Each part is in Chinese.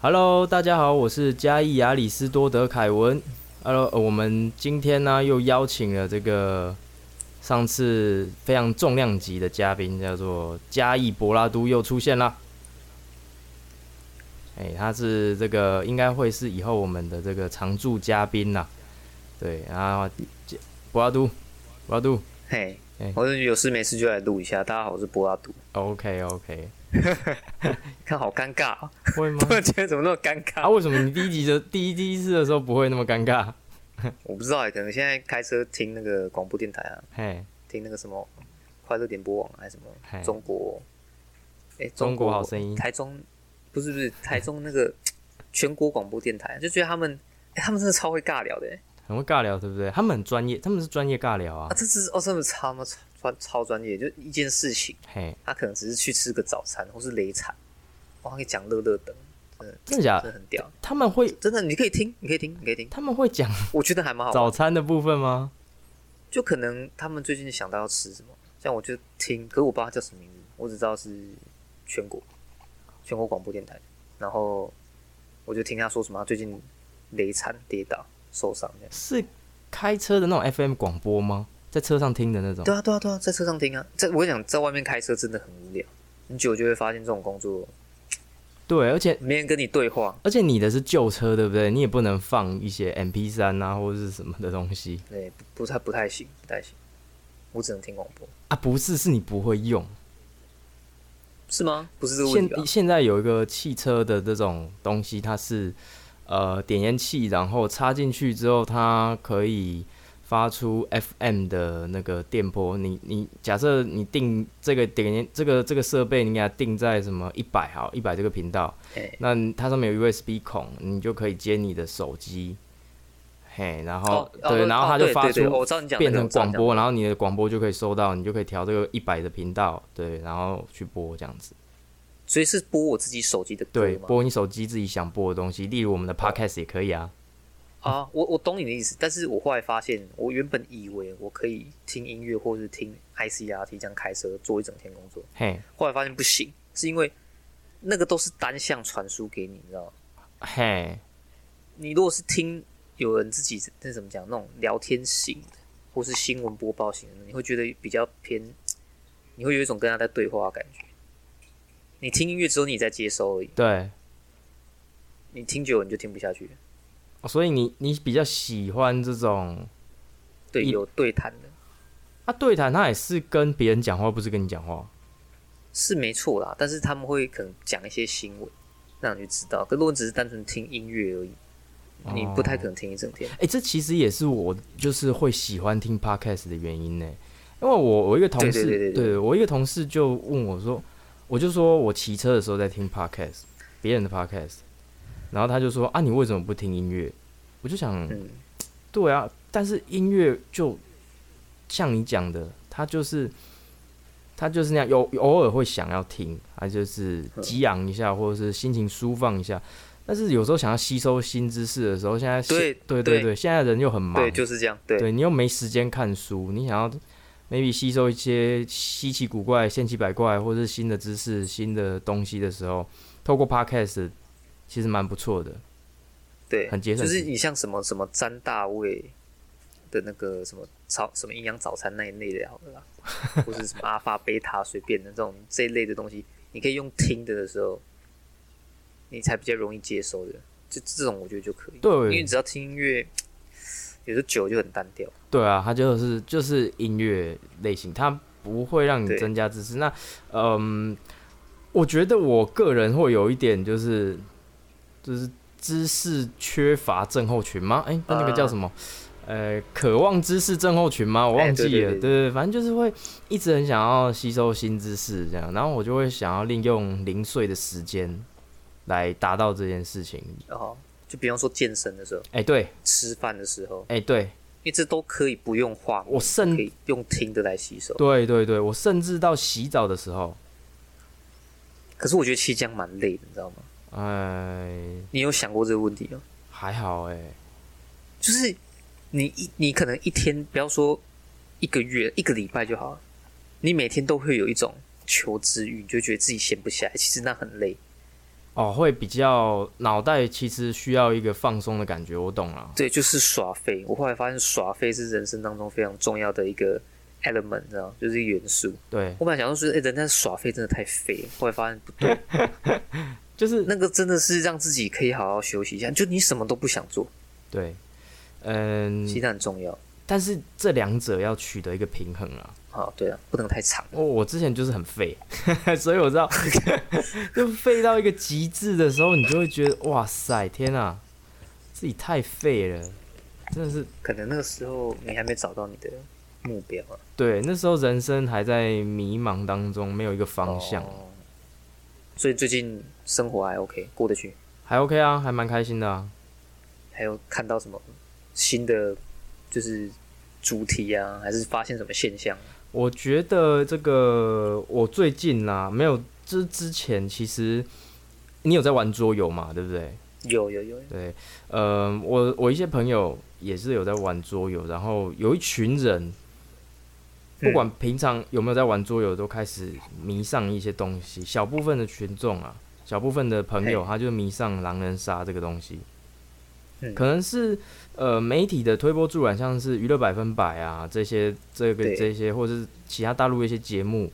Hello，大家好，我是嘉义亚里斯多德凯文。Hello，、呃我们今天呢又邀请了这个上次非常重量级的嘉宾，叫做嘉义柏拉都又出现啦。哎、他是这个应该会是以后我们的这个常驻嘉宾啦。对，然后柏拉都，柏拉都嘿嘿，我是有事没事就来录一下。大家好，我是柏拉图。 ，OK OK，看好尴尬、哦，会吗？突 然觉得怎么那么尴尬？嗯啊，为什么你第一集的第一第一次的时候不会那么尴尬？我不知道哎，可能现在开车听那个广播电台啊，嘿，听那个什么快乐点播网啊还是什嘿么中国，哎、中国国好声音台中不是不是台中那个全国广播电台，就觉得他们。哎他们真的超会尬聊的欸很会尬聊，对不对？他们很专业，他们是专业尬聊啊啊！。这只是哦，真的超超超超专业，就一件事情，嘿，他可能只是去吃个早餐或是擂茶，哇，他可以讲乐乐等，真的假真的？的很屌，他们会真的你可以听，你可以听，你可以听，他们会讲我觉得还蛮好玩的早餐的部分吗？就可能他们最近想到要吃什么，像我就听，可是我不知道它叫什么名字，我只知道是全国全国广播电台，然后我就听他说什么，他最近累惨跌倒受伤这样。是开车的那种 FM 广播吗？在车上听的那种？对啊，对啊，对啊，在车上听啊，在我想在外面开车真的很无聊，你久就会发现这种工作对，而且没人跟你对话，而且你的是旧车，对不对？你也不能放一些 MP 三啊或者是什么的东西对，不不太不太行，不太行，我只能听广播，啊，不是，是你不会用。是吗？不是这个问现题吧？现在有一个汽车的这种东西，它是呃点烟器，然后插进去之后，它可以发出 FM 的那个电波。你你假设你定这个点烟这个这个设备，你给它定在什么一百好一百这个频道，哎那它上面有 USB 孔，你就可以接你的手机。嘿，然后、哦对，哦然后哦它就对发对对出我知道你讲那变个成我知道广你播，然后你的广播就可以收到，你就可以调这个一百的频道，对，然后去播这样子。所以是播我自己手机的歌对，吗？播你手机自己想播的东西，例如我们的 podcast 也可以啊。啊，我我懂你的意思，但是我后来发现，我原本以为我可以听音乐或是听 ICRT 这样开车做一整天工作，嘿，后来发现不行，是因为那个都是单向传输给你，你知道吗？嘿，你如果是听有人自己那怎么讲那种聊天型的，或是新闻播报型的，你会觉得比较偏，你会有一种跟他在对话的感觉。你听音乐之后，你在接收而已，对，你听久了你就听不下去了。哦所以你你比较喜欢这种对，一有对谈的啊对谈，他也是跟别人讲话，不是跟你讲话。是没错啦，但是他们会可能讲一些新闻，让你去知道。可如果你只是单纯听音乐而已，你不太可能听一整天。哎、这其实也是我就是会喜欢听 podcast 的原因呢，因为我我一个同事，对对对对对我一个同事就问我说，我就说我骑车的时候在听 podcast，别人的 podcast，然后他就说啊你为什么不听音乐？我就想，嗯，对啊，但是音乐就像你讲的，它就是它就是那样，有偶尔会想要听，它就是激昂一下，或者是心情舒放一下。但是有时候想要吸收新知识的时候，现在对现对对对对，现在人又很忙，对，就是这样。对，对你又没时间看书，你想要 maybe 吸收一些稀奇古怪、千奇百怪，或是新的知识、新的东西的时候，透过 podcast 其实蛮不错的。对，很节省就是时你像什么什么詹大卫的那个什么早什么营养早餐那一类的，好了啦，或是什么阿法贝塔随便的这种这一类的东西，你可以用听的的时候，你才比较容易接收的。就这种我觉得就可以，对因为你只要听音乐，有时候久了就很单调。对啊，它就是就是音乐类型，它不会让你对增加知识。那嗯，我觉得我个人会有一点就是就是知识缺乏症候群吗？哎、那那个叫什么？呃，渴望知识症候群吗？我忘记了，哎对对对对反正就是会一直很想要吸收新知识，这样，然后我就会想要利用零碎的时间来达到这件事情。哦，就比方说健身的时候、哎、对，吃饭的时候，哎、对，因为这都可以不用画面，我甚可以用听的来吸收。对对对，我甚至到洗澡的时候，可是我觉得其实这样蛮累的，你知道吗？哎，你有想过这个问题吗？还好哎、就是你一你可能一天不要说一个月一个礼拜就好了，你每天都会有一种求知欲，你就觉得自己闲不下来，其实那很累。哦，会比较脑袋其实需要一个放松的感觉，我懂了。对，就是耍废。我后来发现耍废是人生当中非常重要的一个 element，你知道吗就是一个元素。对，我本来想说是，哎、人家耍废真的太废了，后来发现不对，就是那个真的是让自己可以好好休息一下，就你什么都不想做，对，嗯，其实很重要。但是这两者要取得一个平衡啊。好，对啊，不能太长。我我之前就是很废， 所以我知道， 就废到一个极致的时候，你就会觉得哇塞，天啊，自己太废了，真的是。可能那个时候你还没找到你的目标啊，对，那时候人生还在迷茫当中，没有一个方向，哦所以最近生活还 OK，过得去，还 OK 啊，还蛮开心的啊。还有看到什么新的就是主题啊，还是发现什么现象？我觉得这个我最近啦、没有之之前，其实你有在玩桌游嘛，对不对？有有有，对，呃，我我一些朋友也是有在玩桌游，然后有一群人，不嗯管平常有没有在玩桌游，都开始迷上一些东西。小部分的群众啊，小部分的朋友，嘿他就迷上狼人杀这个东西。嗯可能是呃媒体的推波助澜，像是娱乐百分百啊这些这个对这些，或者是其他大陆的一些节目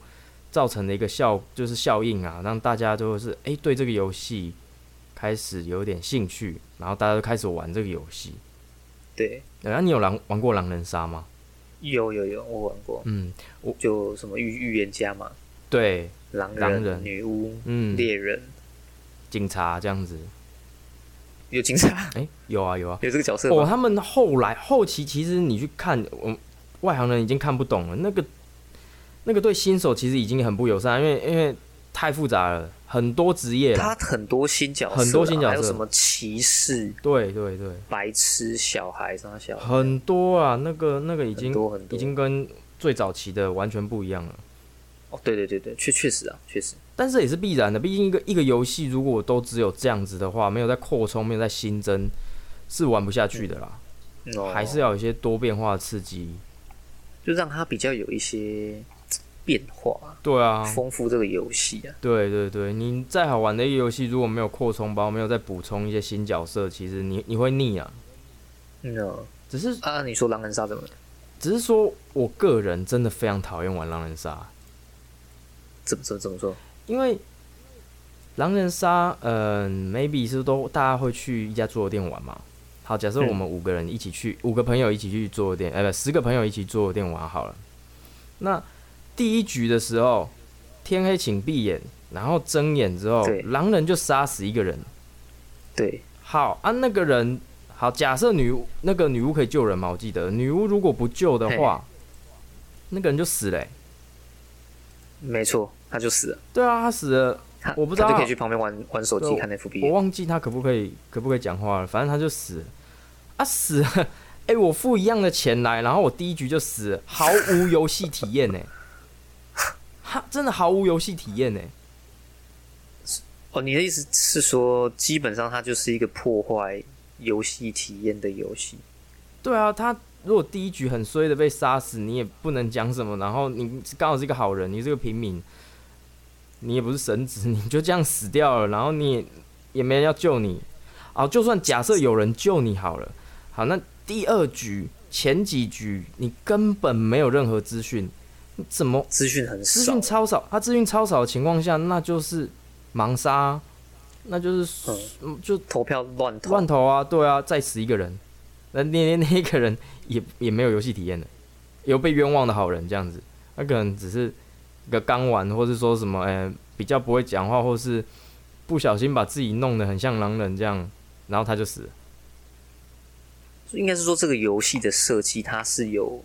造成的一个效就是效应啊，让大家就是哎、诶对这个游戏开始有点兴趣，然后大家都开始玩这个游戏。对，呃那、你有狼玩过狼人杀吗？有有有，我玩过，嗯，就什么预预言家嘛，对，狼狼人女巫、嗯，猎人，警察这样子，有警察，哎、有啊有啊。有这个角色哦，吗？他们后来后期其实你去看，我外行人已经看不懂了。那个那个对新手其实已经很不友善，因为因为太复杂了，很多职业啦他很多新角色啊，很多新角色还有什么骑士、对对对，白痴小孩、什么小孩，很多啊，那个那个已很经多很多，已经跟最早期的完全不一样了。哦，对对对对，确确实啊，确实，但是也是必然的，毕竟一个一个游戏如果都只有这样子的话，没有在扩充，没有在新增，是玩不下去的啦。嗯哦还是要有一些多变化的刺激。就让它比较有一些嘖变化，对啊，丰富这个游戏啊。对对对，你再好玩的一个游戏，如果没有扩充包，没有再补充一些新角色，其实你你会腻啊。嗯哦只是啊，你说狼人杀怎么了？只是说我个人真的非常讨厌玩狼人杀，怎么怎么怎么说？因为狼人杀，嗯、m a y b e 是都大家会去一家桌游店玩嘛。好，假设嗯我们五个人一起去，五个朋友一起去桌游店，哎、不，十个朋友一起桌游店玩好了。那第一局的时候，天黑请闭眼，然后睁眼之后对，狼人就杀死一个人。对，好啊，那个人好，假设女巫那个女巫可以救人嘛？我记得女巫如果不救的话，那个人就死了欸、没错，他就死了。对啊，他死了，他我不知道他就可以去旁边玩玩手机对看我 FB。忘记他可不可以可不可以讲话了，反正他就死了啊死了。 哎、我付一样的钱来，然后我第一局就死了，毫无游戏体验呢、哈，真的毫无游戏体验欸呢、哦，你的意思是说，基本上它就是一个破坏游戏体验的游戏。对啊，他如果第一局很衰的被杀死，你也不能讲什么。然后你刚好是一个好人，你是个平民，你也不是神职，你就这样死掉了，然后你也也没人要救你。啊，就算假设有人救你好了，好，那第二局前几局你根本没有任何资讯，你怎么资讯很资少讯，超少，他资讯超少的情况下，那就是盲杀啊、那就是、嗯、就投票乱投，乱投啊，对啊，再死一个人，那那那那一个人也也没有游戏体验的，有被冤枉的好人这样子，他可能只是一个刚玩，或是说什么，呃、比较不会讲话，或是不小心把自己弄得很像狼人这样，然后他就死了。应该是说这个游戏的设计它是有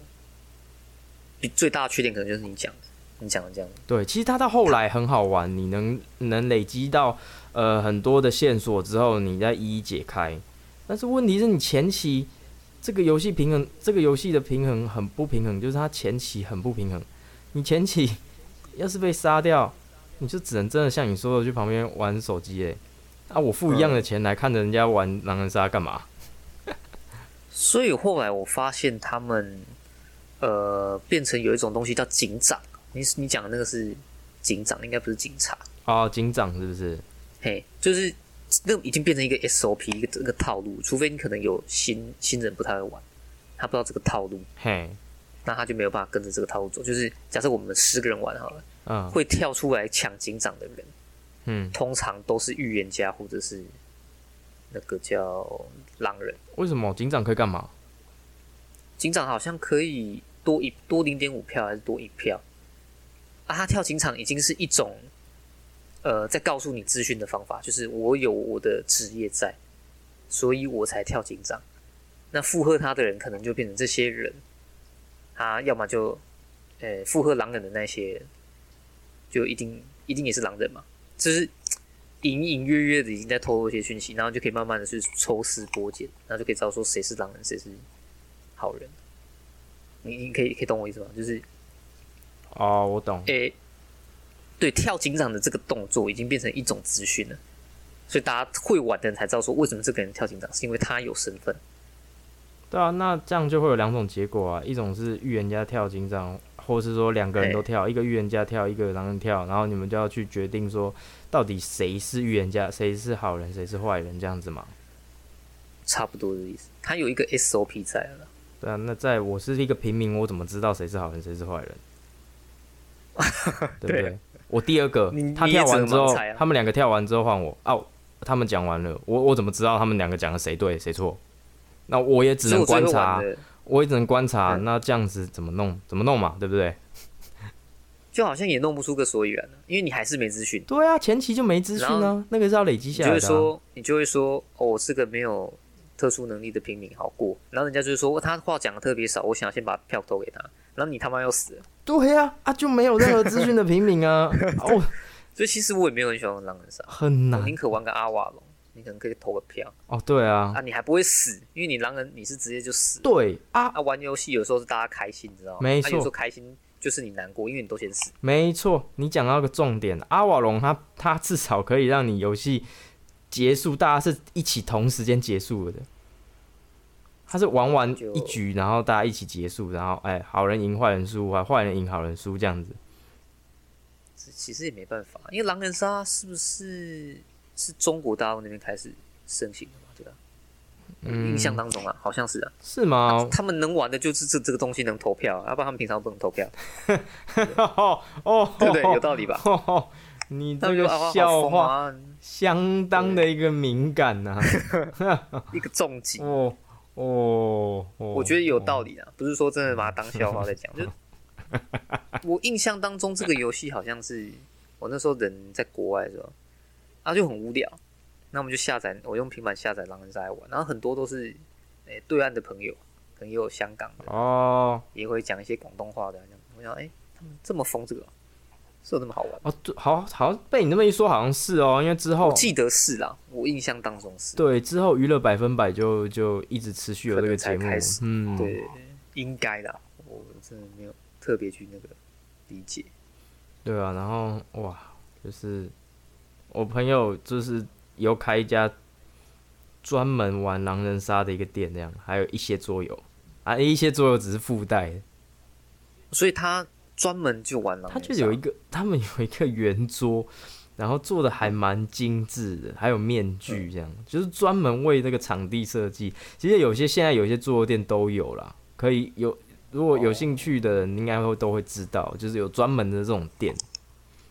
比最大的缺点，可能就是你讲的，你讲的这样。对，其实他到后来很好玩，你能能累积到呃很多的线索之后，你再一一解开。但是问题是你前期这个游戏平衡，这个游戏的平衡很不平衡，就是它前期很不平衡。你前期要是被杀掉，你就只能真的像你说的去旁边玩手机诶、啊，我付一样的钱来看着人家玩狼人杀干嘛？所以后来我发现他们，呃，变成有一种东西叫警长。你你讲的那个是警长，应该不是警察。啊哦，警长是不是？嘿，就是那已经变成一个 SOP 一个这个套路，除非你可能有新新人不太会玩，他不知道这个套路，嘿，那他就没有办法跟着这个套路走。就是假设我们十个人玩好了，嗯会跳出来抢警长的人，嗯，通常都是预言家或者是那个叫狼人。为什么警长可以干嘛？警长好像可以多一多零点五票还是多一票啊？他跳警长已经是一种呃，在告诉你资讯的方法，就是我有我的职业在，所以我才跳警长。那附和他的人可能就变成这些人，他要么就呃附和狼人的那些人，就一定一定也是狼人嘛，就是嘖隐隐约约的已经在透露一些讯息，然后就可以慢慢的去抽丝剥茧，然后就可以知道说谁是狼人，谁是好人。你你可以可以懂我意思吗？就是哦，我懂，诶、对，跳警长的这个动作已经变成一种资讯了，所以大家会玩的人才知道说为什么这个人跳警长，是因为他有身份。对啊，那这样就会有两种结果啊，一种是预言家跳警长，或是说两个人都跳，一个预言家跳，一个狼人跳，然后你们就要去决定说，到底谁是预言家，谁是好人，谁是坏人，这样子嘛。差不多的意思，他有一个 SOP 在了啦。对啊，那在我是一个平民，我怎么知道谁是好人，谁是坏 人？对不对？对我第二个你，他跳完之后你也只能盲，猜啊他们两个跳完之后换我啊，他们讲完了，我我怎么知道他们两个讲的谁对谁错？那我也只所以能我最观会察啊玩，的，我也只能观察，嗯那这样子怎么弄？怎么弄嘛，对不对？就好像也弄不出个所以然了，因为你还是没资讯，对啊，前期就没资讯然啊，那个是要累积你下就来会的、啊。说，你就会说，哦，我是个没有特殊能力的平民，好过。然后人家就是说，哦他话讲的特别少，我想先把票投给他。然后你他妈要死了，对啊，啊就没有任何资讯的平民 啊，哦所以其实我也没有很喜欢狼人杀，很我难宁可玩个阿瓦隆，你可能可以投个票。哦，对啊，啊，你还不会死，因为你狼人你是直接就死。对啊，啊，玩游戏有时候是大家开心，你知道吗？没啊、有时错候开心就是你难过，因为你都先死。没错，你讲到个重点，阿瓦隆他他至少可以让你游戏结束，大家是一起同时间结束的。他是玩完就一局，然后大家一起结束，然后哎，好人赢坏人输，啊，坏人赢好人输这样子。这其实也没办法，因为狼人杀是不是是中国大陆那边开始盛行的嘛？对吧、嗯印，象当中啊，好像是啊。是吗？他们能玩的就是这这个东西能投票啊，要不然他们平常不能投票，哦哦， 对不对？有道理吧？哦， 你他这们就个啊哇好笑疯话啊，相当的一个敏感 呐、一个重击。哦哦，我我觉得有道理。理啊，不是说真的把它当笑话在讲。就 我印象当中，这个游戏好像是我那时候人在国外的时候，啊就很无聊，那我们就下载，我用平板下载狼人杀来玩，然后很多都是诶、对岸的朋友，可能也有香港的，哦也会讲一些广东话的。啊这样我想，诶、他们这么疯这个啊，是有那么好玩吗？哦，对，好，好像被你那么一说，好像是哦，因为之后我记得是啦，我印象当中是，对之后娱乐百分百就就一直持续有这个节可目能才开始，嗯，对，应该啦，我真的没有特别去那个理解。对啊，然后哇，就是我朋友就是有开一家专门玩狼人杀的一个店，这样，还有一些桌游啊，一些桌游只是附带的。所以他专门就玩狼他人杀，就有一个， 他们有一个圆桌，然后做的还蛮精致的，还有面具这样，就是专门为这个场地设计。其实有些现在有些桌游店都有啦，可以有，如果有兴趣的人应该会都会知道，就是有专门的这种店，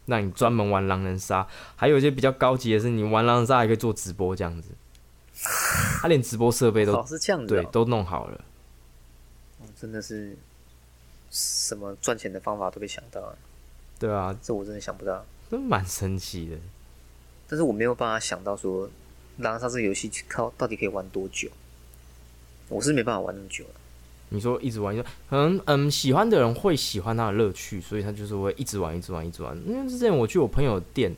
让你专门玩狼人杀。还有一些比较高级的是，你玩狼人杀还可以做直播这样子，他连直播设备都哦是这样子、对哦，都弄好了。真的是什么赚钱的方法都被想到了，对啊，这我真的想不到。真蛮神奇的。但是我没有办法想到说狼人杀这个游戏靠到底可以玩多久，我是没办法玩那么久的。你说一直玩，一直玩可能嗯，喜欢的人会喜欢他的乐趣，所以他就是会一直玩，一直玩，一直玩。因为之前我去我朋友的店，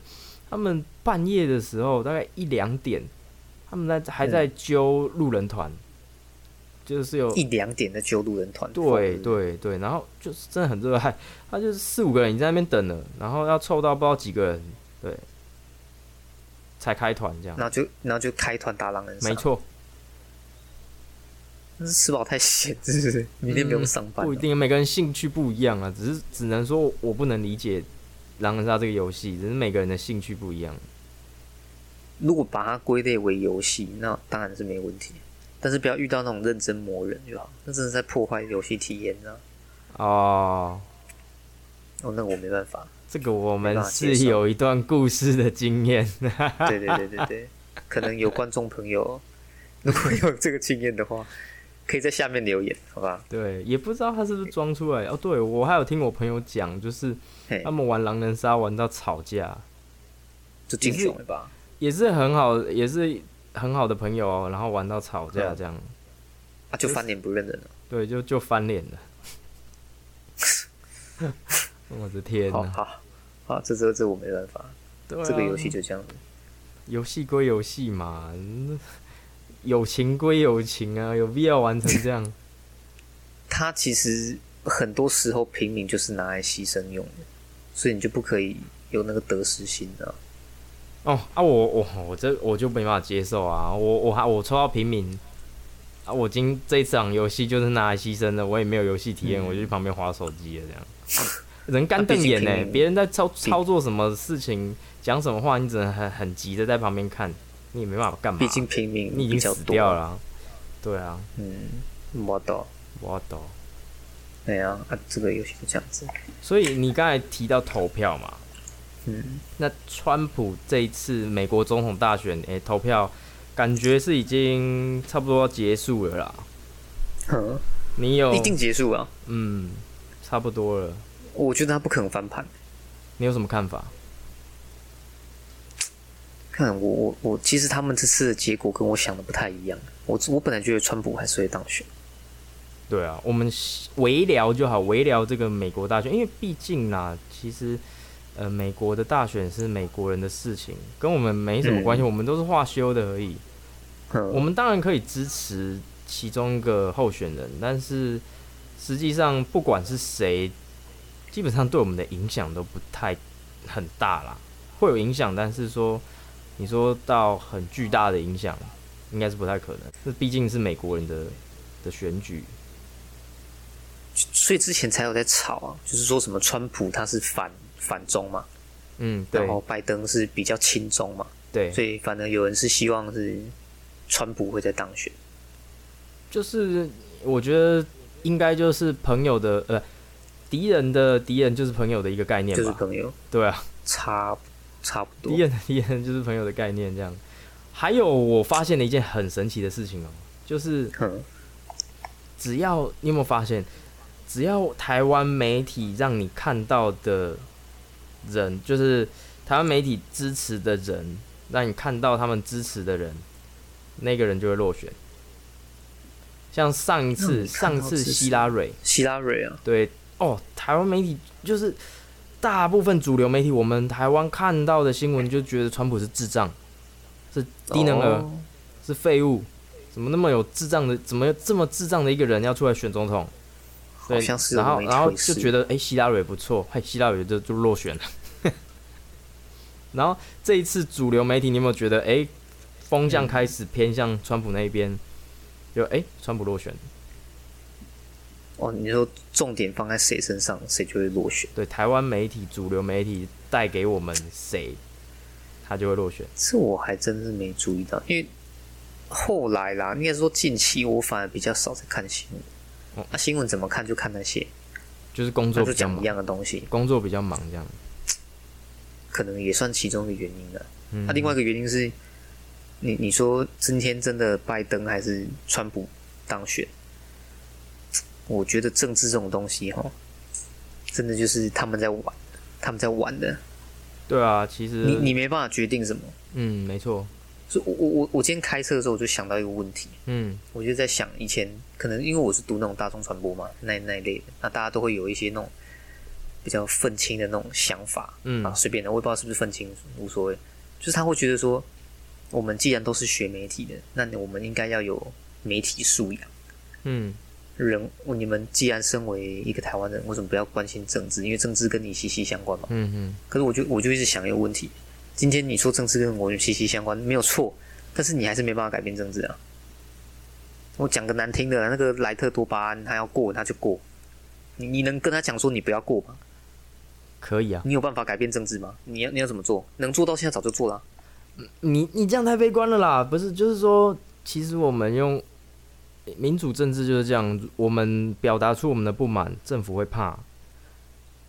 他们半夜的时候大概一两点，他们在还在揪路人团，就是有一两点在揪路人团，哦对，对对，然后就是真的很热爱，他就是四五个人已经在那边等了，然后要凑到不知道几个人，对，才开团这样然。后就然后就开团打狼人杀，没，错，吃饱太闲，是不是？明天不用上班、嗯啊不一，定，每个人兴趣不一样啊，只是只能说我不能理解狼人杀这个游戏，只是每个人的兴趣不一样。如果把它归类为游戏，那当然是没问题。但是不要遇到那种认真磨人就好，那真的在破坏游戏体验啊呢、哦，哦，那个我没办法。这个我没们办法接是受有一段故事的经验。 对对对对对，可能有观众朋友 如果有这个经验的话，可以在下面留言，好吧？对，也不知道他是不是装出来。哦，对我还有听我朋友讲，就是嘿他，们玩狼人杀玩到吵架，就进熊了吧？也是很好，也是很好的朋友哦，然后玩到吵架嗯这样，啊，就翻脸不认人了，对，就就翻脸了。 我的天好呐！好好，这这这我没办法，对啊这个游戏就这样子。游戏归游戏嘛， 嗯友情归友情啊，有必要玩成这样？ 它其实很多时候平民就是拿来牺牲用的，所以你就不可以有那个得失心啊。哦啊我，我我这我就没办法接受啊！我我还我抽到平民啊，我今这一场游戏就是拿来牺牲的，我也没有游戏体嗯验，我就去旁边划手机了这样。人干瞪眼呢、啊毕竟平民别人在操操作什么事情，讲什么话，你只能很很急的在旁边看，你也没办法干嘛。毕竟平民你已比经较死多掉了、啊。对啊，嗯，我懂。我懂。对啊，啊，这个游戏就这样子。所以你刚才提到投票嘛，嗯，那川普这一次美国总统大选，诶、投票感觉是已经差不多要结束了啦。哼，你有一定结束啊！嗯，差不多了。我觉得他不可能翻盘。你有什么看法？看我我我，其实他们这次的结果跟我想的不太一样。我我本来觉得川普还是会当选，对啊，我们围聊就好，围聊这个美国大选，因为毕竟啦，其实呃，美国的大选是美国人的事情，跟我们没什么关系，我们都是化修的而已。我嗯，们当然可以支持其中一个候选人，但是实际上不管是谁，基本上对我们的影响都不太很大啦，会有影响，但是说你说到很巨大的影响，应该是不太可能。这毕竟是美国人的的选举，所以之前才有在吵啊，就是说什么川普他是反反中嘛，嗯，对然后拜登是比较亲中嘛，所对，以反正有人是希望是川普会再当选。就是我觉得应该就是朋友的呃敌人的敌人就是朋友的一个概念就是吧，朋友对啊。差不差不多敌。人的敌人就是朋友的概念这样。还有我发现了一件很神奇的事情哦、就是嗯，只要你有没有发现，只要台湾媒体让你看到的人，就是台湾媒体支持的人，让你看到他们支持的人，那个人就会落选。像上一让次，你看上到次支持希拉蕊，希拉蕊啊，对哦，台湾媒体就是大部分主流媒体，我们台湾看到的新闻就觉得川普是智障，是低能儿，哦是废物，怎么那么有智障的，怎么有这么智障的一个人要出来选总统？对好像，是然后我没然后回就事觉得哎、希拉蕊不错，嘿，希拉蕊就就落选了。 然后这一次主流媒体，你有没有觉得哎、风嗯向开始偏向川普那边？就哎、川普落选，哦，你说重点放在谁身上，谁就会落选。对台湾媒体、主流媒体带给我们谁，他就会落选。这我还真是没注意到，因为后来啦，应该说近期我反而比较少在看新闻。那、哦新闻怎么看就看那些，就是工那作就比较讲忙一，样的东西，工作比较忙这样。可能也算其中一个原因了。嗯那、另外一个原因是，你你说今天真的拜登还是川普当选？我觉得政治这种东西哈，真的就是他们在玩，他们在玩的，对啊，其实你你没办法决定什么。嗯，没错，所以我我我我今天开车的时候我就想到一个问题，嗯我就在想，以前可能因为我是读那种大众传播嘛，那那一类的，那大家都会有一些那种比较愤青的那种想法，嗯啊，随便的，我也不知道是不是愤青，无所谓，就是他会觉得说，我们既然都是学媒体的，那我们应该要有媒体素养。嗯，人，你们既然身为一个台湾人，为什么不要关心政治？因为政治跟你息息相关嘛。嗯嗯，可是我就我就一直想一个问题：今天你说政治跟我们息息相关，没有错，但是你还是没办法改变政治啊。我讲个难听的，那个莱特多巴胺他要过他就过，你你能跟他讲说你不要过吗？可以啊。你有办法改变政治吗？你要你要怎么做？能做到现在早就做了啊、你你这样太悲观了啦，不是？就是说，其实我们用民主政治就是这样，我们表达出我们的不满，政府会怕，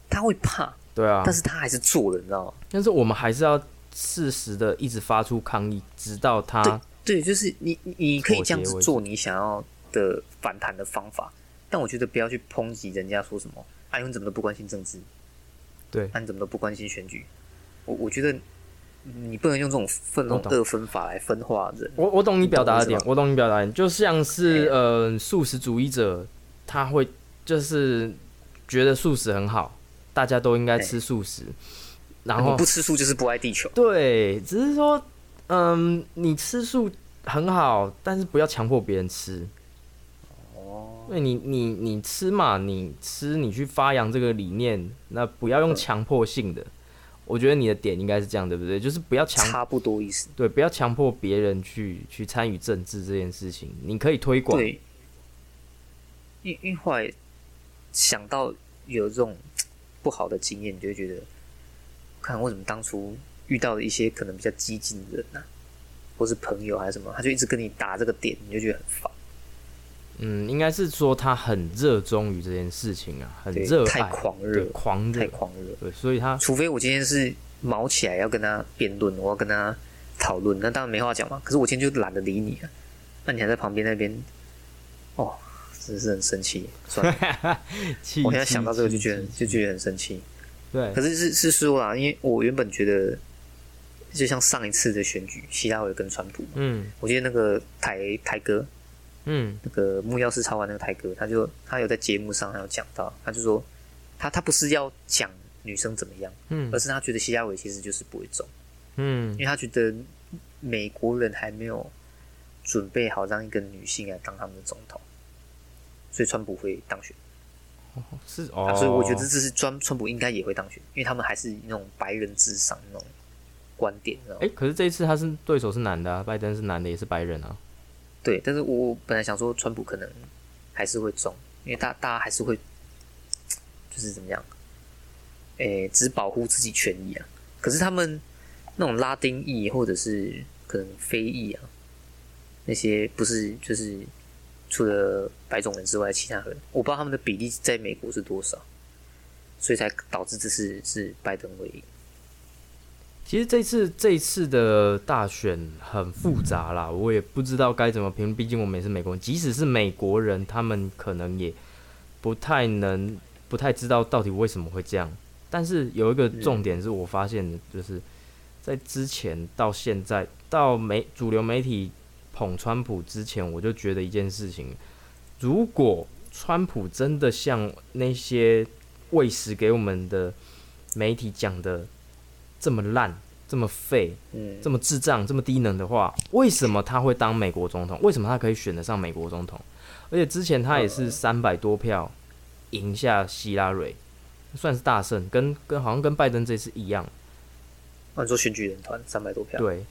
他会怕，对啊。但是他还是做了，你知道吗？但是我们还是要适时的一直发出抗议，直到对他对，就是你你你可以妥协这样子为做你想要的反弹的方法，但我觉得不要去抨击人家说什么，啊，你们怎么都不关心政治，对啊，你怎么都不关心选举？我我觉得你不能用这种分我用懂二分法来分化人。我我懂你表达的点你懂我意思，吗我懂你表达的点，就像是哎呃素食主义者，他会就是觉得素食很好，大家都应该哎吃素食，然我后不吃素就是不爱地球。对，只是说嗯，你吃素很好，但是不要强迫别人吃。哦，对你，你你吃嘛，你吃，你去发扬这个理念，那不要嗯用强迫性的。我觉得你的点应该是这样，对不对？就是不要强差不多意思。对，不要强迫别人去去参与政治这件事情，你可以推广。对，因因为后来想到有这种不好的经验，你就会觉得，看为什么当初遇到的一些可能比较激进的人啊，或是朋友还是什么，他就一直跟你打这个点，你就觉得很烦，嗯，应该是说他很热衷于这件事情啊，很对热爱，太狂热对了狂太热，狂热了。对，所以他 除非我今天是毛起来要跟他辩论，我要跟他讨论，那当然没话讲嘛。可是我今天就懒得理你了，那你还在旁边那边，哦，真是很生气。算 了，气。我现在想到这个就气觉得气就觉得很生气。对可，是是是说啦，因为我原本觉得，就像上一次的选举，希拉蕊跟川普嘛，嗯我记得那个台台哥，嗯那个木曜四超玩那个台哥，他就他有在节目上他有讲到，他就说他他不是要讲女生怎么样，嗯而是他觉得希拉蕊其实就是不会中，因嗯为他觉得美国人还没有准备好让一个女性来当他们的总统，所以川普会当选。是啊哦，所以我觉得这是川川普应该也会当选，因为他们还是那种白人至上那种观点，然后、哎、可是这一次他是对手是男的、啊，拜登是男的，也是白人啊。对。但是我本来想说川普可能还是会中，因为大大家还是会就是怎么样，诶、只保护自己权益啊。可是他们那种拉丁裔或者是可能非裔啊，那些不是就是除了白种人之外，其他人我不知道他们的比例在美国是多少，所以才导致这次是拜登会赢。其实这次这一次的大选很复杂啦，我也不知道该怎么评论。毕竟我们也是美国人，即使是美国人，他们可能也不太能、不太知道到底为什么会这样。但是有一个重点是我发现的，就是在之前到现在到媒主流媒体捧川普之前，我就觉得一件事情：如果川普真的像那些喂食给我们的媒体讲的这么烂、这么废、嗯，这么智障、这么低能的话，为什么他会当美国总统？为什么他可以选得上美国总统？而且之前他也是三百多票赢下希拉蕊，算是大胜，跟跟好像跟拜登这次一样。按说选举人团三百多票，对，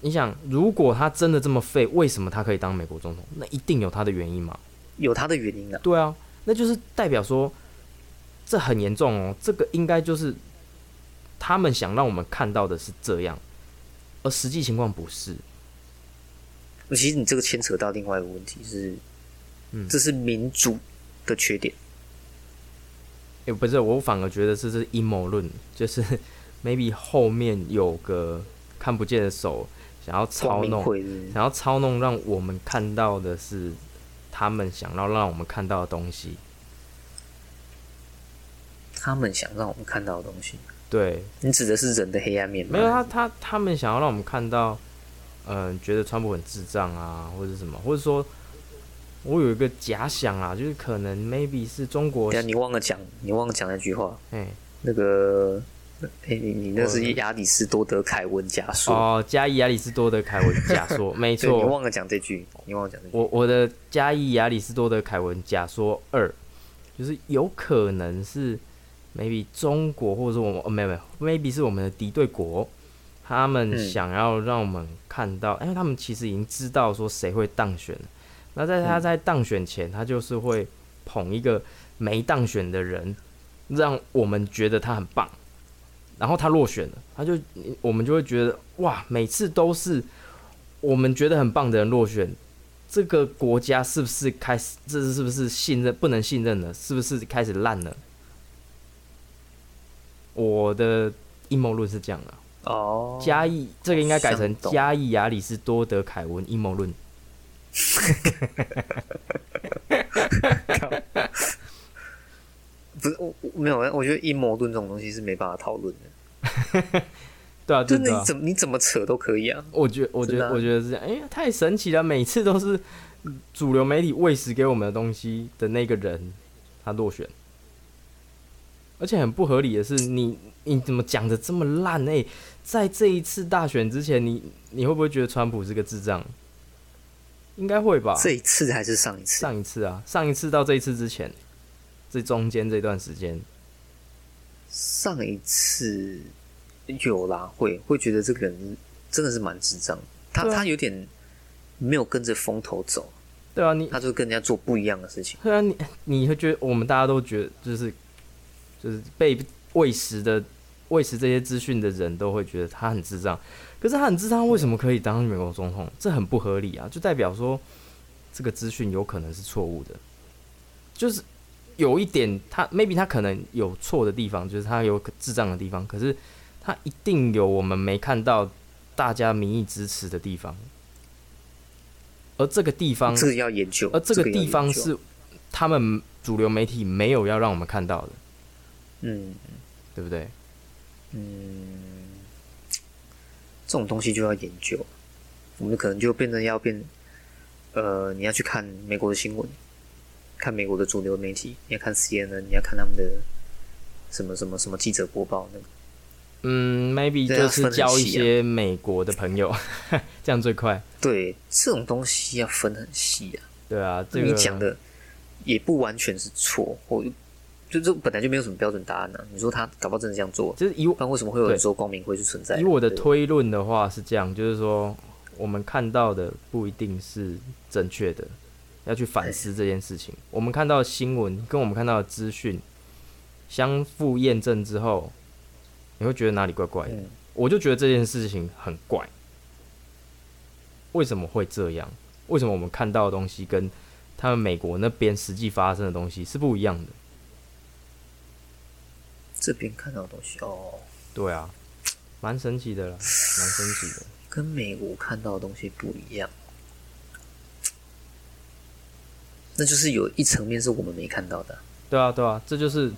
你想，如果他真的这么废，为什么他可以当美国总统？那一定有他的原因嘛。有他的原因啊。对啊，那就是代表说，这很严重哦。这个应该就是他们想让我们看到的是这样，而实际情况不是。其实你这个牵扯到另外一个问题是，嗯这是民主的缺点。也、不是，我反而觉得这是阴谋论，就是 maybe 后面有个看不见的手想要光操明弄，会是不是想要操弄，让我们看到的是他们想要让我们看到的东西。他们想让我们看到的东西，对，你指的是人的黑暗面吗？没有啊他，他他们想要让我们看到，嗯、觉得川普很智障啊，或者是什么，或者说，我有一个假想啊，就是可能 maybe 是中国等一，下你忘了讲，你忘了讲那句话，哎、那个，哎、你你那是我亚里士多德凯文假说，哦，加以亚里士多德凯文假 说，没对你错，忘了讲这句，你忘了讲这句。我我的加以亚里士多德凯文假说二，就是有可能是 maybe 中国或者说我们，哦，没有没有，maybe 是我们的敌对国，他们嗯想要让我们看到，因哎为他们其实已经知道说谁会当选了。那在他嗯在当选前，他就是会捧一个没当选的人，让我们觉得他很棒。然后他落选了，他就我们就会觉得哇，每次都是我们觉得很棒的人落选，这个国家是不是开始这是不是信任不能信任了？是不是开始烂了？我的阴谋论是这样啊，哦，嘉义这个应该改成想懂嘉义亚里士多德凯文阴谋论。不是我我没有，我觉得阴谋论这种东西是没办法讨论的，对啊，就真是的、啊你，怎么你怎么扯都可以啊。我觉我觉真的得啊我觉得是这样，哎、呀，太神奇了，每次都是主流媒体喂食给我们的东西的那个人，他落选，而且很不合理的是，你你怎么讲的这么烂？哎、在这一次大选之前，你你会不会觉得川普是个智障？应该会吧。这一次还是上一次？上一次啊，上一次到这一次之前，这中间这段时间，上一次有啦，会会觉得这个人真的是蛮智障，他、对啊他有点没有跟着风头走，对啊，你他就跟人家做不一样的事情。对啊，你 你会觉得我们大家都觉得就是就是被喂食的喂食这些资讯的人都会觉得他很智障，可是他很智障，为什么可以当美国总统？这很不合理啊！就代表说这个资讯有可能是错误的，就是有一点他 maybe 他可能有错的地方，就是他有智障的地方，可是他一定有我们没看到大家民意支持的地方，而这个地方这个要研究，嗯而这个要地方研究是他们主流媒体没有要让我们看到的，嗯对不对？嗯，这种东西就要研究，我们可能就变成要变，呃，你要去看美国的新闻，看美国的主流媒体，你要看 CNN，你要看他们的什么什么什么记者播报那个。嗯，maybe 对啊就是分得交一起啊些美国的朋友， 这样最快。对，这种东西要分很细啊。对啊，这你讲个的也不完全是错，或就这本来就没有什么标准答案呢、啊你说他搞不好真的这样做，就是以我不然为什么会有对人说光明会是存在的？以我的对吧推论的话是这样，就是说我们看到的不一定是正确的，要去反思这件事情。我们看到的新闻跟我们看到的资讯相互验证之后，你会觉得哪里怪怪的。嗯我就觉得这件事情很怪，为什么会这样？为什么我们看到的东西跟他们美国那边实际发生的东西是不一样的？这边看到的东西哦，对啊，蛮神奇的啦，蛮神奇的。跟美国看到的东西不一样，那就是有一层面是我们没看到的啊。对啊，对啊，这就是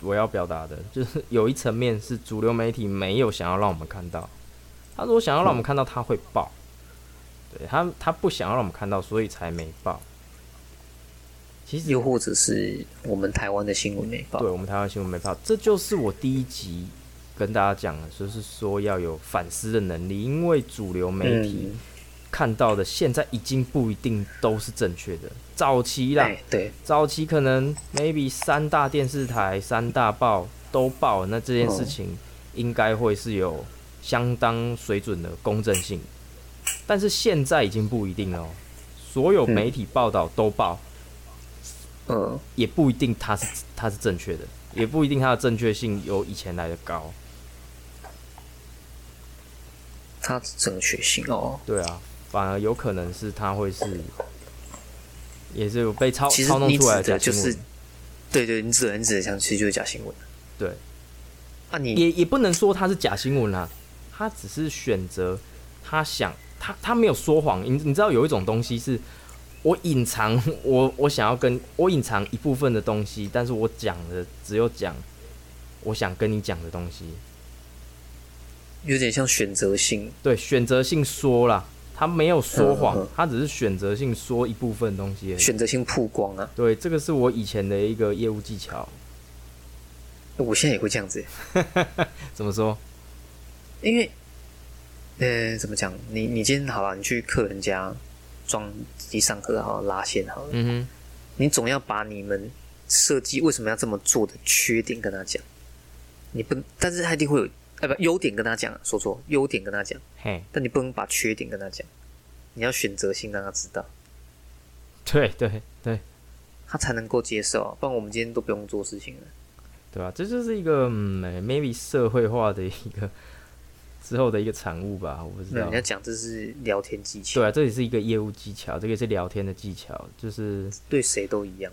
我要表达的，就是有一层面是主流媒体没有想要让我们看到。他如果想要让我们看到，他会报。对他，他不想要让我们看到，所以才没报。其实又或者是我们台湾的新闻没报对，我们台湾新闻没报，这就是我第一集跟大家讲的，就是说要有反思的能力，因为主流媒体嗯看到的现在已经不一定都是正确的。早期啦，哎对，早期可能 maybe 三大电视台、三大报都报，那这件事哦情应该会是有相当水准的公正性，但是现在已经不一定了哦，所有媒体报道都报。嗯，也不一定它是它是正确的，也不一定它的正确性有以前来的高。它整个血型哦，对啊，反而有可能是它会是，也是有被操其实操弄你出来指假的就新闻。是，对对，你指的你指的像，其实就是假新闻。对，啊你，也也不能说它是假新闻啦、啊他只是选择他想他他没有说谎。你你知道有一种东西是，我隐藏我我想要跟我隐藏一部分的东西，但是我讲的只有讲我想跟你讲的东西。有点像选择性，对，选择性说啦，他没有说谎，嗯嗯他只是选择性说一部分东西而已。选择性曝光啊！对，这个是我以前的一个业务技巧。我现在也会这样子欸，怎么说？因为，呃，怎么讲？你你今天好了，你去客人家装机上课好了，拉线好了，嗯你总要把你们设计为什么要这么做的缺点跟他讲。你不，但是他一定会有，哎，不，优点跟他讲，说错，优点跟他讲，哼，嘿，但你不能把缺点跟他讲，你要选择性让他知道。对对对，他才能够接受啊、不然我们今天都不用做事情了。对吧、这就是一个嗯，maybe 社会化的一个之后的一个产物吧，我不知没有，道你要。讲这是聊天技啊巧，对啊，这也是一个业务技巧，这个也是聊天的技巧，就是对谁都一样。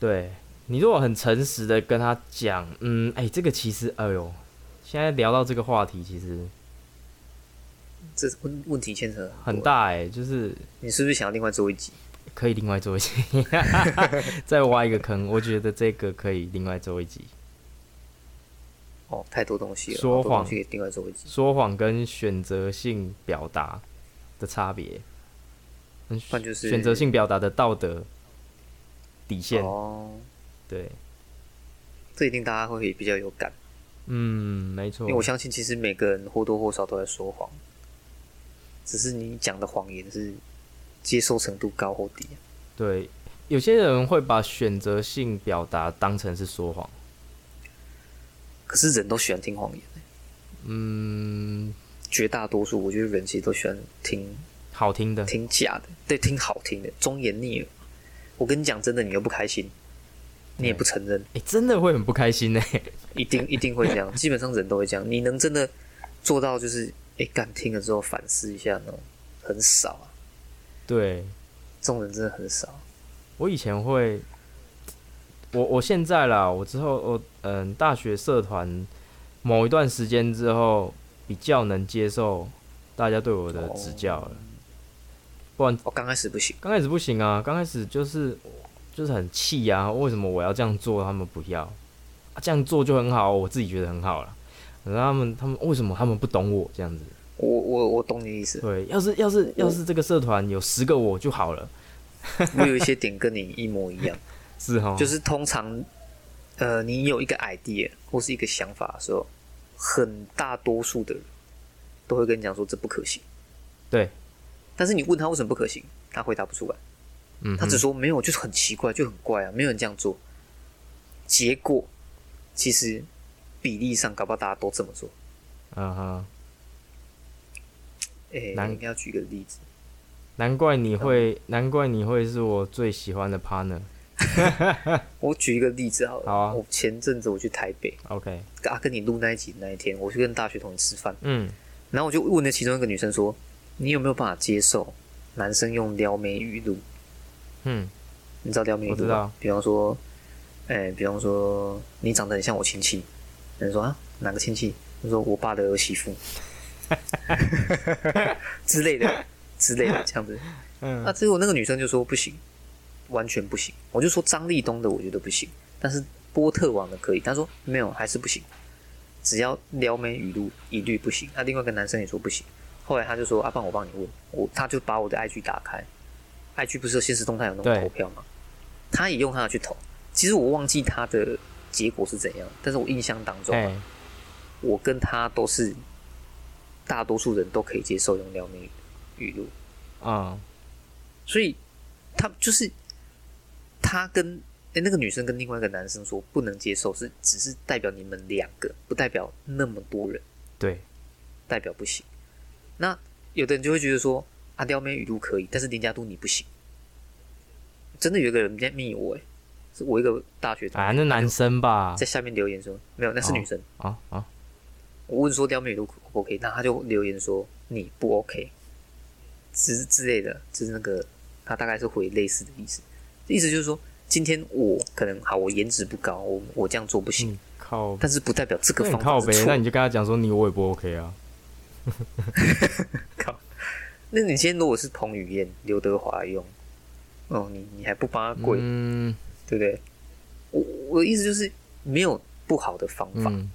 对你如果很诚实的跟他讲，嗯，哎、这个其实，哎呦，现在聊到这个话题，其实这问问题牵扯很多，大哎、就是你是不是想要另外做一集？可以另外做一集， 再挖一个坑，我觉得这个可以另外做一集。哦，太多东西了，说好多谎东西可以另外做一集。说谎跟选择性表达的差别，嗯不然就是选择性表达的道德底线。哦，对，这一定大家会比较有感，嗯，没错因为。我相信其实每个人或多或少都在说谎，只是你讲的谎言是接受程度高或低。啊对，有些人会把选择性表达当成是说谎。可是人都喜欢听谎言，欸嗯，绝大多数我觉得人其实都喜欢听好听的，听假的，对，听好听的，忠言逆耳。我跟你讲真的，你又不开心，你也不承认，哎、真的会很不开心呢、 一定一定会这样， 基本上人都会这样。你能真的做到就是，哎，敢听了之后反思一下呢，很少啊，对这种人真的很少。我以前会，我我现在啦，我之后我嗯，大学社团某一段时间之后，比较能接受大家对我哦的指教了。不然我、刚开始不行，刚开始不行啊，刚开始就是就是很气啊，为什么我要这样做，他们不要？啊、这样做就很好，我自己觉得很好了。然后他们他们为什么他们不懂我这样子？我我我懂你的 意思。对，要是要是要是这个社团有十个我就好了，我有一些点跟你一模一样，是哈，就是通常，呃，你有一个 idea 或是一个想法的时候，很大多数的人都会跟你讲说这不可行。对，但是你问他为什么不可行，他回答不出来，嗯哼，他只说没有，就是很奇怪，就很怪啊，没有人这样做。结果其实比例上，搞不好大家都这么做。嗯哼。诶、难应该要举一个例子，难怪你会，难怪你会是我最喜欢的 partner。我举一个例子好了。好啊我前阵子我去台北， OK，啊，跟你录那一集那一天，我去跟大学同学吃饭，嗯，然后我就问了其中一个女生说：“你有没有办法接受男生用撩妹语录？嗯，你知道撩妹语我录知道吗？比方说，哎、比方说你长得很像我亲戚，人说啊哪个亲戚？他说我爸的儿媳妇 之类的之类的这样子。嗯那结果那个女生就说不行，完全不行。我就说张立东的我觉得不行，但是波特王的可以。她说没有，还是不行，只要撩妹语录一律不行。那、另外一个男生也说不行。后来他就说阿棒、不然我帮你问我，他就把我的 IG 打开，IG 不是有现实动态有那种对投票吗？他也用他的去投。其实我忘记他的结果是怎样，但是我印象当中啊、哎、我跟他都是大多数人都可以接受用撩妹语录。嗯，所以他就是他跟诶那个女生跟另外一个男生说不能接受，是只是代表你们两个，不代表那么多人，对，代表不行。那有的人就会觉得说，阿刁妹语录可以，但是林家都你不行。真的有一个人在密我、诶，是我一个大学同学啊，那男生吧在，下面留言说没有，那是女生。啊啊，我问说撩妹语录可不 OK，那他就留言说你不 OK，之之类的，就是那个他大概是回类似的意思，意思就是说今天我可能好，我颜值不高，我我这样做不行，你靠，但是不代表这嗯个那你方靠法是呗，那错。你就跟他讲说你我也不 OK 啊，那你今天如果是彭于晏、刘德华用，哦，你你还不帮他跪，嗯对不对？我我的意思就是没有不好的方法，嗯，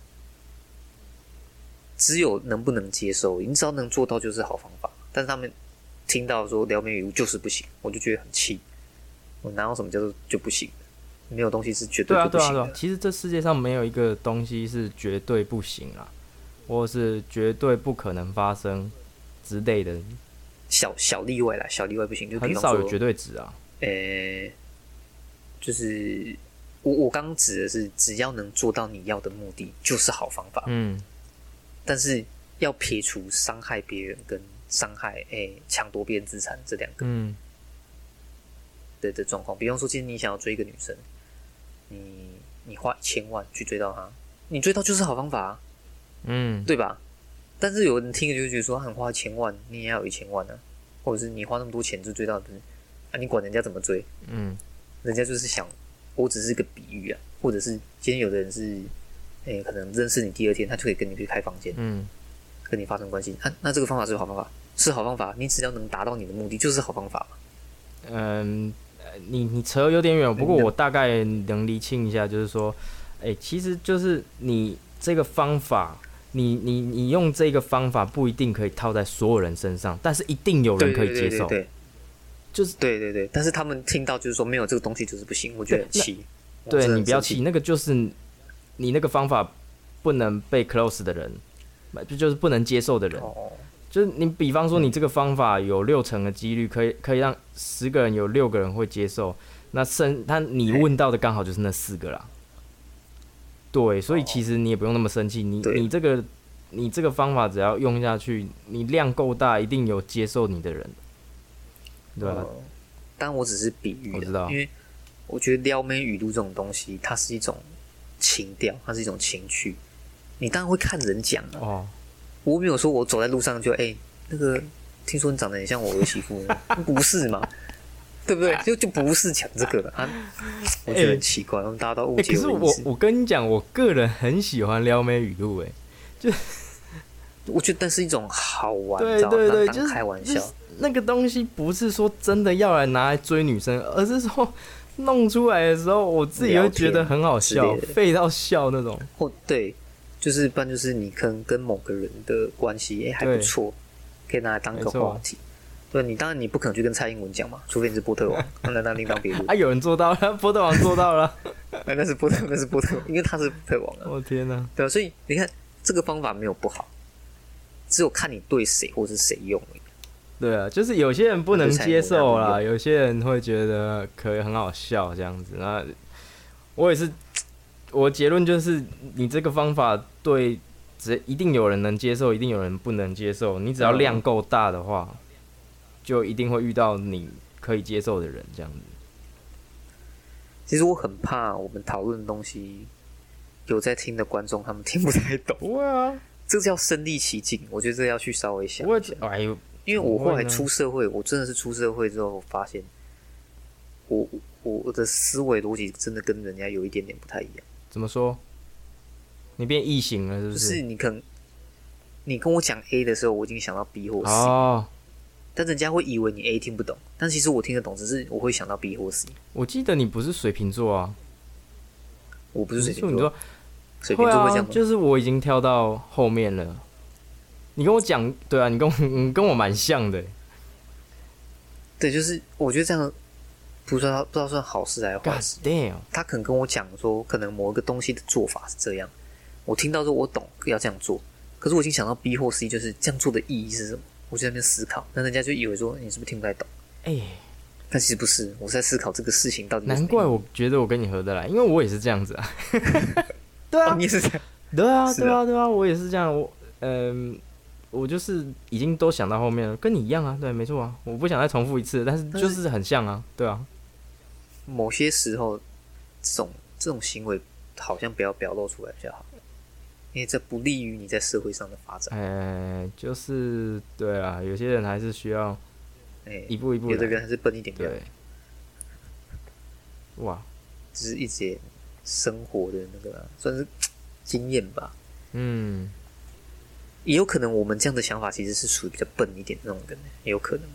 只有能不能接受，你只要能做到就是好方法。但是他们听到说撩妹语录就是不行，我就觉得很气。我哪有什么叫做就不行的？没有东西是绝对啊就不对啊行对的。啊，其实这世界上没有一个东西是绝对不行啦，或是绝对不可能发生之类的，小小例外啦，小例外不行，就比很方少有说，绝对值啊。呃、就是我我刚指的是，只要能做到你要的目的，就是好方法。嗯，但是要撇除伤害别人跟伤害诶抢、夺别人资产这两个。嗯，的的状况。比方说，今天你想要追一个女生，你你花一千万去追到它，你追到就是好方法、啊，嗯，对吧？但是有人听了就觉得说，啊，你花一千万，你也要有一千万呢、啊，或者是你花那么多钱就追到，不是？啊，你管人家怎么追？嗯，人家就是想，我只是个比喻啊，或者是今天有的人是，诶、可能认识你第二天，他就可以跟你去开房间，嗯，跟你发生关系，啊，那这个方法是好方法，是好方法，你只要能达到你的目的，就是好方法嘛。嗯，呃你你扯有点远，不过嗯我大概能厘清一下，就是说，哎、其实就是你这个方法，你你你用这个方法不一定可以套在所有人身上，但是一定有人对可对以接对受对。对，就是对对对，但是他们听到就是说没有这个东西就是不行，我觉得很对那气。我对真的你很不要生气气，那个就是你那个方法不能被 close 的人，就就是不能接受的人。哦，就是你，比方说你这个方法有六成的几率可以可以让十个人有六个人会接受，那剩他你问到的刚好就是那四个啦。对，所以其实你也不用那么生气，你对你这个你这个方法只要用下去，你量够大，一定有接受你的人，对吧？呃但我只是比喻我的知，道因为我觉得撩妹语录这种东西，它是一种情调，它是一种情趣。你当然会看人讲啊，哦，我没有说我走在路上就哎、那个听说你长得很像我儿媳妇， 不是嘛？对不对？就就不是讲这个的啊，我觉得很奇怪，大家都误哎、解可是我的意我思。我跟你讲，我个人很喜欢撩妹语录，哎，我觉得那是一种好玩，你对知道吗对对，当就当是开玩就是笑。那个东西不是说真的要来拿来追女生，而是说弄出来的时候，我自己聊会天觉得很好之笑类，的废到笑那种。或对，就是不然就是你可能跟某个人的关系哎、还对不错，可以拿来当一个没错话题。对你当然你不可能去跟蔡英文讲嘛，除非你是波特王，那那另当别论啊，。有人做到了， 波特王做到了，哎，那是波特，那是波特王，因为他是波特王啊。我、天哪、对啊，所以你看这个方法没有不好，只有看你对谁或是谁用而已。对啊，就是有些人不能那就才接受能啦，用有些人会觉得可以很好笑这样子。那我也是，我结论就是，你这个方法对，只一定有人能接受，一定有人不能接受。你只要嗯量够大的话，就一定会遇到你可以接受的人这样子。其实我很怕我们讨论的东西有在听的观众他们听不太懂，不会啊，这个叫身临其境。我觉得这个要去稍微想不会一下。，哎呦，因为我后怎么来会呢出社会，我真的是出社会之后我发现我，我我的思维逻辑真的跟人家有一点点不太一样。怎么说？你变异形了是不？就是是你可能你跟我讲 A 的时候，我已经想到 B 或 C，、哦，但人家会以为你 A 听不懂，但其实我听得懂，只是我会想到 B 或 C。我记得你不是水瓶座啊，我不是水你说瓶你说座，水瓶会座啊会这样，吗？就是我已经跳到后面了。你跟我讲，对啊，你跟我 你跟我蛮像的，对，就是我觉得这样不知道不知道算好事还是坏 God 事。 damn！他可能跟我讲说，可能某一个东西的做法是这样，我听到说我懂要这样做，可是我已经想到 B 或 C，就是这样做的意义是什么？我就在那边思考，那人家就以为说你是不是听不太懂？哎、但其实不是，我是在思考这个事情到底有什么难怪意义、我觉得我跟你合得来，因为我也是这样子啊。 对哦、啊你，也是这样，对啊，是对啊，啊对啊，我也是这样。我嗯、我就是已经都想到后面了，跟你一样啊。对，没错啊，我不想再重复一次，但是但就是是很像啊。对啊，某些时候这种这种行为好像不要表露出来比较好，因为这不利于你在社会上的发展。呃，就是对啊，有些人还是需要哎、一步一步有的来。人还是笨一点点对，，哇，就是一些生活的那个啊、算是经验吧。嗯，也有可能我们这样的想法其实是属于比较笨一点的那种人，也有可能。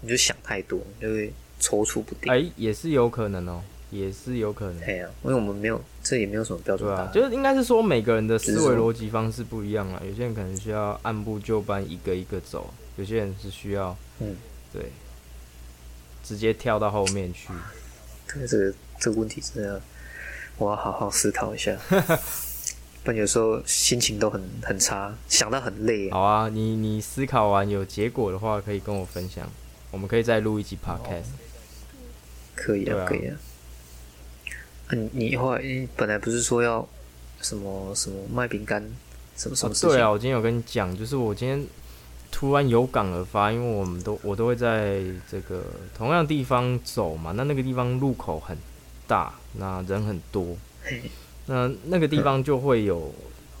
你就想太多，你就会踌躇不定。哎、也是有可能哦、也是有可能。哎呀、因为我们没有，这也没有什么标准对答啊案。，就是应该是说每个人的只思是维说逻辑方式不一样啊，有些人可能需要按部就班一个一个走，有些人是需要嗯，对直接跳到后面去。啊可是这个这个问题真的，我要好好思考 一下。不然有时候心情都很很差，想到很累。好啊，你你思考完有结果的话，可以跟我分享，我们可以再录一集哦 podcast。可以对啊啊，可以啊。啊，你你后来你本来不是说要什么什么卖饼干，什么什哦么事情？对啊，我今天有跟你讲，就是我今天突然有感而发，因为我们都我都会在这个同样地方走嘛，那那个地方路口很大，那人很多，嘿那那个地方就会有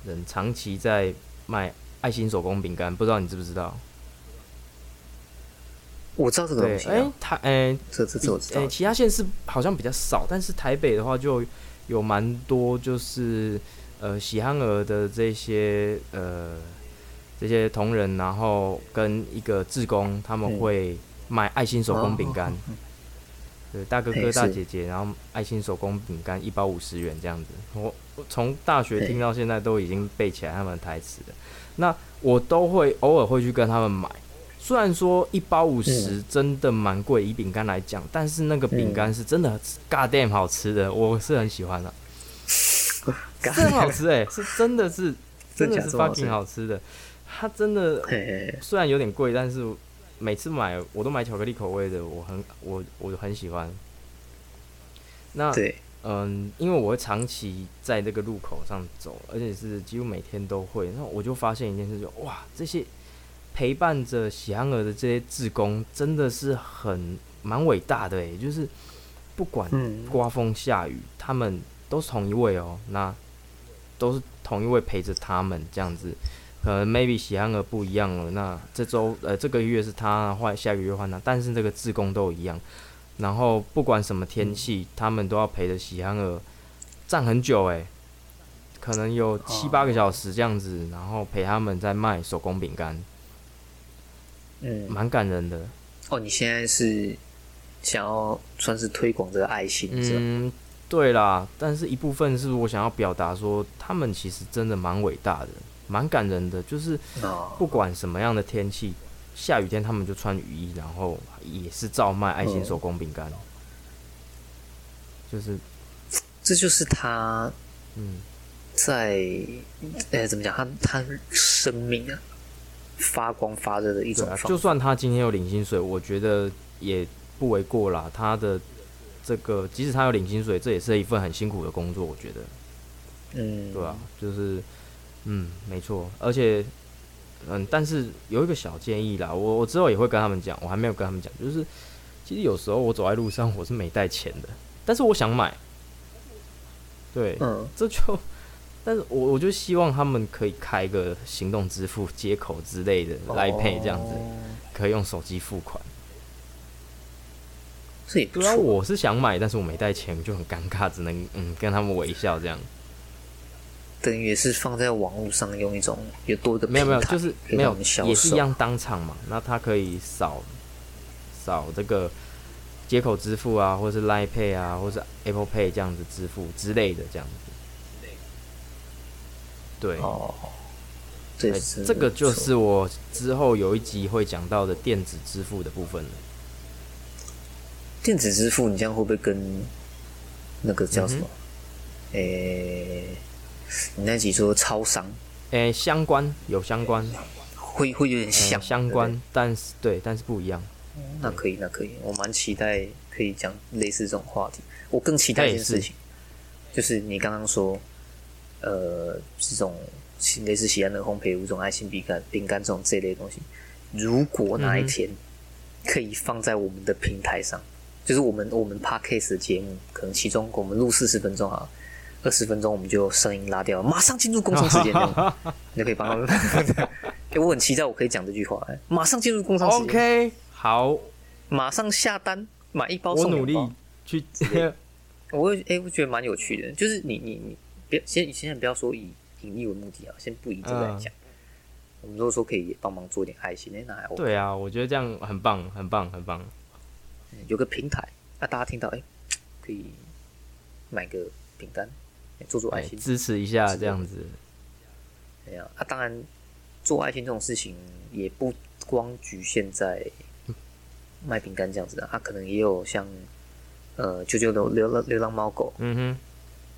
人长期在卖爱心手工饼干，不知道你知不知道？我知道这个对东，西、啊，哎、台哎、这这比这我知道呃，，其他县市好像比较少，但是台北的话就有蛮多，就是呃喜憨儿的这些呃这些同仁，然后跟一个志工，他们嗯会卖爱心手工饼干， 对，大哥哥嘿大哎是姐姐，然后爱心手工饼干一包五十元这样子。我我从大学听到现在都已经背起来他们的台词了，那我都会偶尔会去跟他们买。虽然说一包五十真的蛮贵，以饼干来讲，但是那个饼干是真的 god damn 好吃的，我是很喜欢的、干真的好吃哎、 是真的是真真的假是这么好吃 fucking 好吃的。它真的 嘿嘿嘿虽然有点贵，但是每次买我都买巧克力口味的，我很我我很喜欢。那对，嗯，因为我会长期在这个路口上走，而且是几乎每天都会。那我就发现一件事就，哇，这些陪伴着喜憨儿的这些志工真的是很蛮伟大的诶，就是不管嗯，刮风下雨，他们都是同一位哦，那都是同一位陪着他们这样子。可能 maybe 喜憨儿不一样了，那这周呃这个月是他，换下个月换他，但是这个志工都一样。然后不管什么天气，他们都要陪着喜憨儿站很久诶、可能有七八个小时这样子，然后陪他们在卖手工饼干，嗯，蛮感人的。哦，你现在是想要算是推广这个爱心，是吧？嗯，对啦，但是一部分是我想要表达说，他们其实真的蛮伟大的，蛮感人的。就是哦，不管什么样的天气，下雨天他们就穿雨衣，然后也是照卖爱心手工饼哦干。就是，这就是他嗯，在，呃，怎么讲？他他生命啊，发光发热的一对种啊，方就式。算他今天有领薪水，我觉得也不为过啦。他的这个，即使他有领薪水，这也是一份很辛苦的工作，我觉得。嗯，对啊，就是，嗯，没错，而且，嗯，但是有一个小建议啦，我我之后也会跟他们讲，我还没有跟他们讲，就是其实有时候我走在路上我是没带钱的，但是我想买，对，嗯， 这就，但是我我就希望他们可以开个行动支付接口之类的来 pay 这样子，哦可以用手机付款。这也不对啊，错。我是想买，但是我没带钱，就很尴尬，只能嗯跟他们微笑这样。等于也是放在网络上用一种有多一个没有没有，平台就是可以没让有我们销，售也是一样当场嘛。那他可以扫扫这个接口支付啊，或是 Line Pay 啊，或是 Apple Pay 这样子支付之类的这样子。对，哦。对哎，真这的个就不错是我之后有一集会讲到的电子支付的部分了。电子支付，你这样会不会跟那个叫什嗯么？诶、你那集说超商诶、相关有相关，会会有点诶像、呃相对关，但是对，但是不一样。不对那可以，那可以，我蛮期待可以讲类似这种话题。我更期待一件事情，就是你刚刚说，呃，这种类似喜安的烘焙五种爱心饼干、饼干这种这类东西，如果哪一天可以放在我们的平台上，就是我们我们 podcast 的节目，可能其中我们录四十分钟啊，二十分钟我们就声音拉掉，马上进入工商时间，这 样你就可以帮他们。 欸我很期待我可以讲这句话，欸马上进入工商时间。 OK，好，马上下单买一包我送努两力包。去。我会哎、诶我觉得蛮有趣的，就是你你你不要先现在不要说以盈利为目的啊，先不以这个来嗯讲。我们如果说可以帮忙做点爱心，哎、那还 OK， 对啊，我觉得这样很棒，很棒，很棒。嗯有个平台，那、大家听到哎、诶可以买个饼干、诶做做爱哎，心，支持一下这样子。哎呀、啊，当然做爱心这种事情也不光局限在卖饼干这样子啊，它、可能也有像呃救救流流浪流浪猫狗，嗯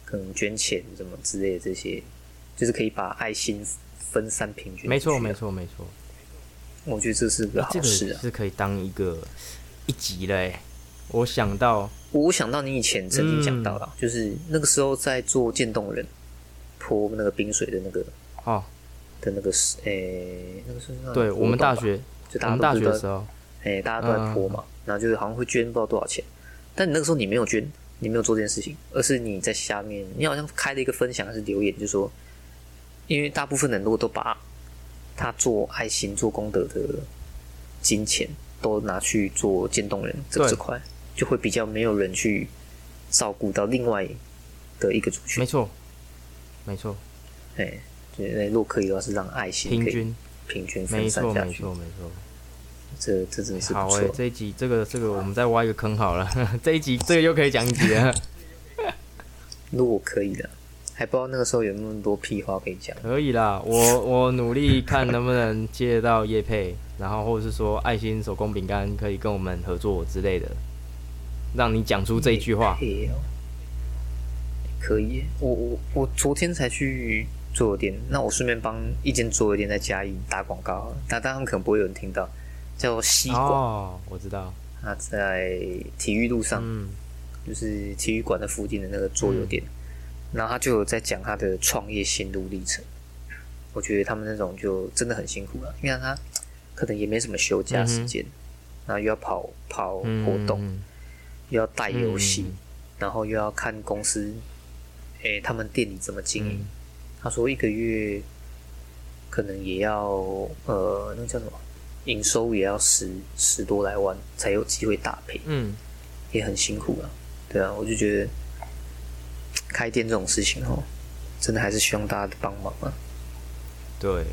可能捐钱什么之类的这些，就是可以把爱心分散平均、哼，没错，没。错，没错。啊我觉得这是个这好个事啊！是可以当一个一集了哎。我想到，我我想到你以前曾经讲到嗯了，就是那个时候在做渐冻人泼那个冰水的那个哦，的那个是，诶、那个是那对我们大，学，就我大家们都大学知道的时候，哎嗯诶、大家都在泼嘛，然后就是好像会捐不知道多少钱，但你那个时候你没有捐，你没有做这件事情，而是你在下面，你好像开了一个分享还是留言，就说，因为大部分人如果都把他做爱心、做功德的金钱都拿去做渐冻人这对这块，就会比较没有人去照顾到另外的一个族群没。错，没错，哎，对，如果可以的话，是让爱心平可以均，平均分没散错，下没去。错，没错。这这真的是不好错。诶、这一集这个这个我们再挖一个坑好了， 这一集这个又可以讲一啊集 了，如果可以的，还不知道那个时候有那么多屁话可以讲。可以啦。我我努力看能不能接到叶配，然后或者是说爱心手工饼干可以跟我们合作之类的，让你讲出这一句话。配哦可以耶。我我我昨天才去桌游店，那我顺便帮一间桌游店在嘉义打广告好了，但但他们可能不会有人听到，叫西馆，哦，我知道，那、在体育路上，嗯，就是体育馆的附近的那个桌游店，然后他就有在讲他的创业心路历程。我觉得他们那种就真的很辛苦了，因为他可能也没什么休假时间，然后又要跑跑嗯活动，嗯又要带游戏，嗯然后又要看公司，诶、他们店里怎么经营。嗯他说一个月可能也要呃，那叫什么，营收也要十十多来万才有机会打赔。嗯，也很辛苦啊。对啊，我就觉得开店这种事情哦，真的还是希望大家的帮忙啊，对。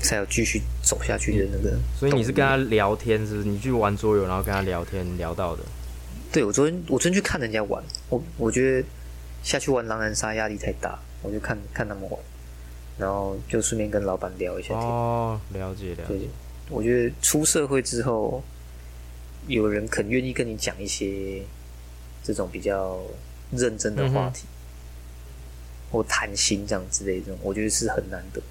才有继续走下去的那个动力。啊所以你是跟他聊天，是不是？你去玩桌游，然后跟他聊天聊到的。对我昨天我昨天去看人家玩，我我觉得下去玩狼人杀压力太大，我就看看他们玩，然后就顺便跟老板聊一下天。哦，了解了对解。，我觉得出社会之后，有人肯愿意跟你讲一些这种比较认真的话题，或谈心这样之类的这种，我觉得是很难得的。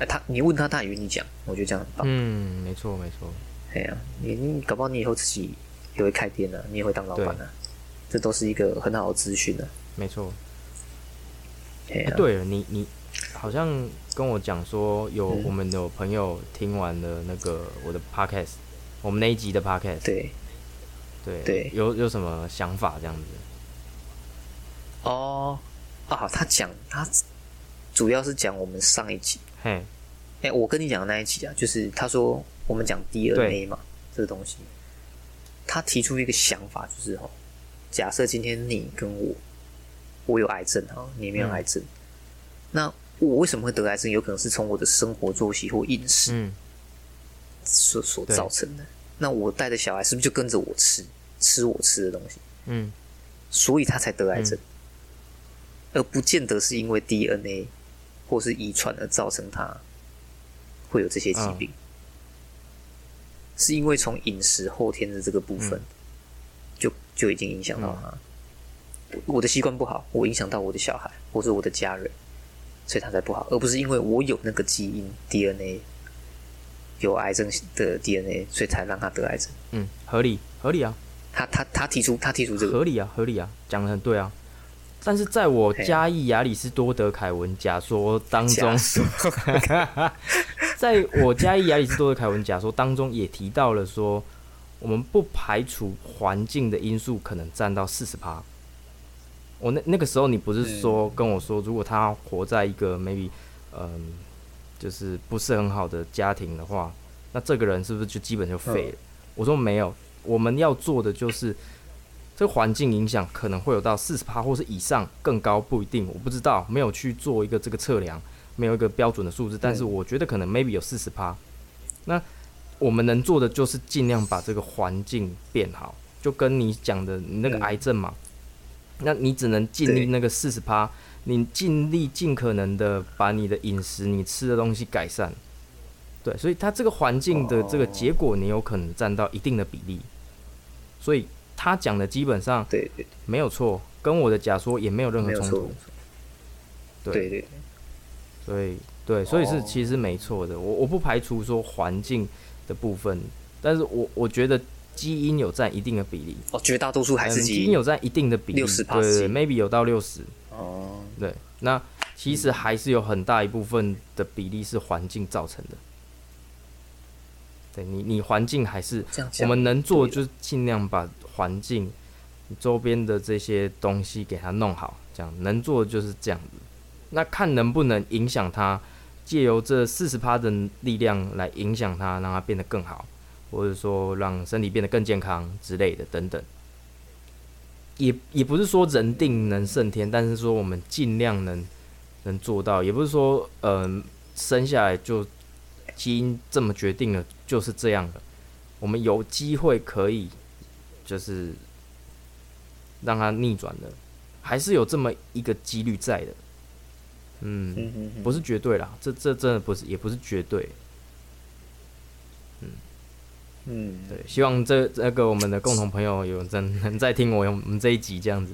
哎、他你问他，他也愿意讲，我觉得这样很棒。嗯，没错没错。哎呀、你你搞不好你以后自己也会开店啊，你也会当老板啊，这都是一个很好的资讯啊。没错。哎哎、呀、对了，你你好像跟我讲说有、嗯我们有朋友听完了那个我的 podcast，我们那一集的 podcast，对对对有有什么想法这样子？哦啊，他讲他主要是讲我们上一集。嘿，哎、我跟你讲的那一集啊，就是他说我们讲 DNA 嘛，这个东西，他提出一个想法，就是哦，假设今天你跟我，我有癌症啊，你没有癌症，那我为什么会得癌症？有可能是从我的生活作息或饮食嗯，所、所对造成的。那我带着小孩是不是就跟着我吃吃我吃的东西，嗯，所以他才得癌症，而不见得是因为 DNA 或是遗传而造成他会有这些疾病，是因为从饮食后天的这个部分、就就已经影响到他。我我的习惯不好，我影响到我的小孩或是我的家人，所以他才不好，而不是因为我有那个基因 DNA 有癌症的 DNA，所以才让他得癌症。嗯，合理合理啊，他他他提出他提出这个合理啊，合理啊，讲的很对啊。但是在我嘿嘉义亚里士多德凯文假说当中假，说 在我嘉义亚里士多德凯文假说当中也提到了说，我们不排除环境的因素可能占到四十趴。我那那个时候你不是嗯说跟我说，如果他活在一个 maybe 嗯，就是不是很好的家庭的话，那这个人是不是就基本就废了？嗯我说没有，我们要做的就是这环境影响可能会有到四十趴或是以上，更高不一定，我不知道，没有去做一个这个测量，没有一个标准的数字，但是我觉得可能 maybe 有四十趴。那我们能做的就是尽量把这个环境变好，就跟你讲的你那个嗯癌症嘛，那你只能尽对力那个四十趴，你尽力尽可能的把你的饮食、你吃的东西改善。对，所以它这个环境的这个哦结果，你有可能占到一定的比例。所以他讲的基本上对对没有错，跟我的假说也没有任何没有冲错突。，对对对对，所以对，所以是哦其实没错的。我我不排除说环境的部分，但是我我觉得基因有占一定的比例，哦，绝大多数还嗯是基基因因有占一定的比例， 60%对对对，maybe 有到六十，哦，对，那其嗯实还是有很大一部分的比例是环境造成的。对你，你环境还是这样我讲们能做，对就是尽量把环境周边的这些东西给它弄好，这样能做的就是这样子。那看能不能影响它，借由这四十趴的力量来影响它，让它变得更好，或者说让身体变得更健康之类的等等。也也不是说人定能胜天，但是说我们尽量能能做到，也不是说嗯、呃、生下来就基因这么决定了就是这样了。我们有机会可以就是让它逆转的，还是有这么一个几率在的。嗯，嗯哼哼不是绝对啦，这这真的不是，也不是绝对。嗯，对，希望这那个我们的共同朋友有真能在听我我们这一集这样子。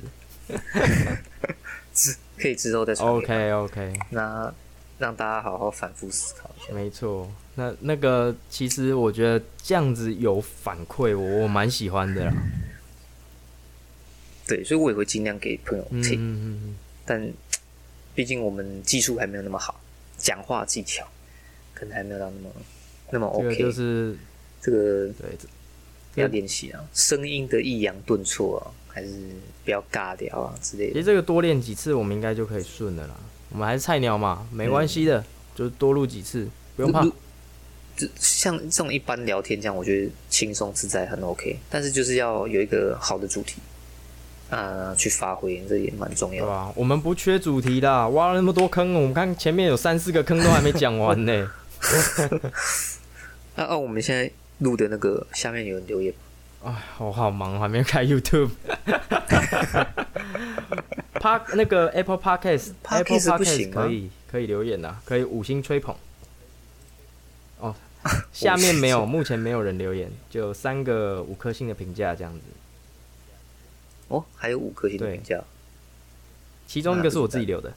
可以之后再传给他 OK OK。那让大家好好反复思考一下。没错，那那个其实我觉得这样子有反馈我，我蛮喜欢的啦。对，所以我也会尽量给朋友嗯听，嗯但毕竟我们技术还没有那么好，讲话技巧可能还没有到那么那么嗯，这 OK，个就是这个对，这要练习啊，声音的抑扬顿挫啊，还是不要尬掉啊之类其实的。这个多练几次，我们应该就可以顺了啦。我们还是菜鸟嘛，没关系嗯的，就多录几次，不用怕如。如就像这种一般聊天这样，我觉得轻松自在很 OK，但是就是要有一个好的主题，啊，去发挥，这也蛮重对要的。吧？我们不缺主题啦，挖了那么多坑，我们看前面有三四个坑都还没讲完呢、 那、啊、我们现在录的那个下面有人留言，哎，我好忙，我还没开 YouTube。Park 那个 Apple Podcast，Apple Podcast 不行啊吗可以可以留言呐，可以五星吹捧。 哦，下面没有，目前没有人留言，就三个五颗星的评价这样子。哦，还有五颗星的对评价，其中一个是我自己留的。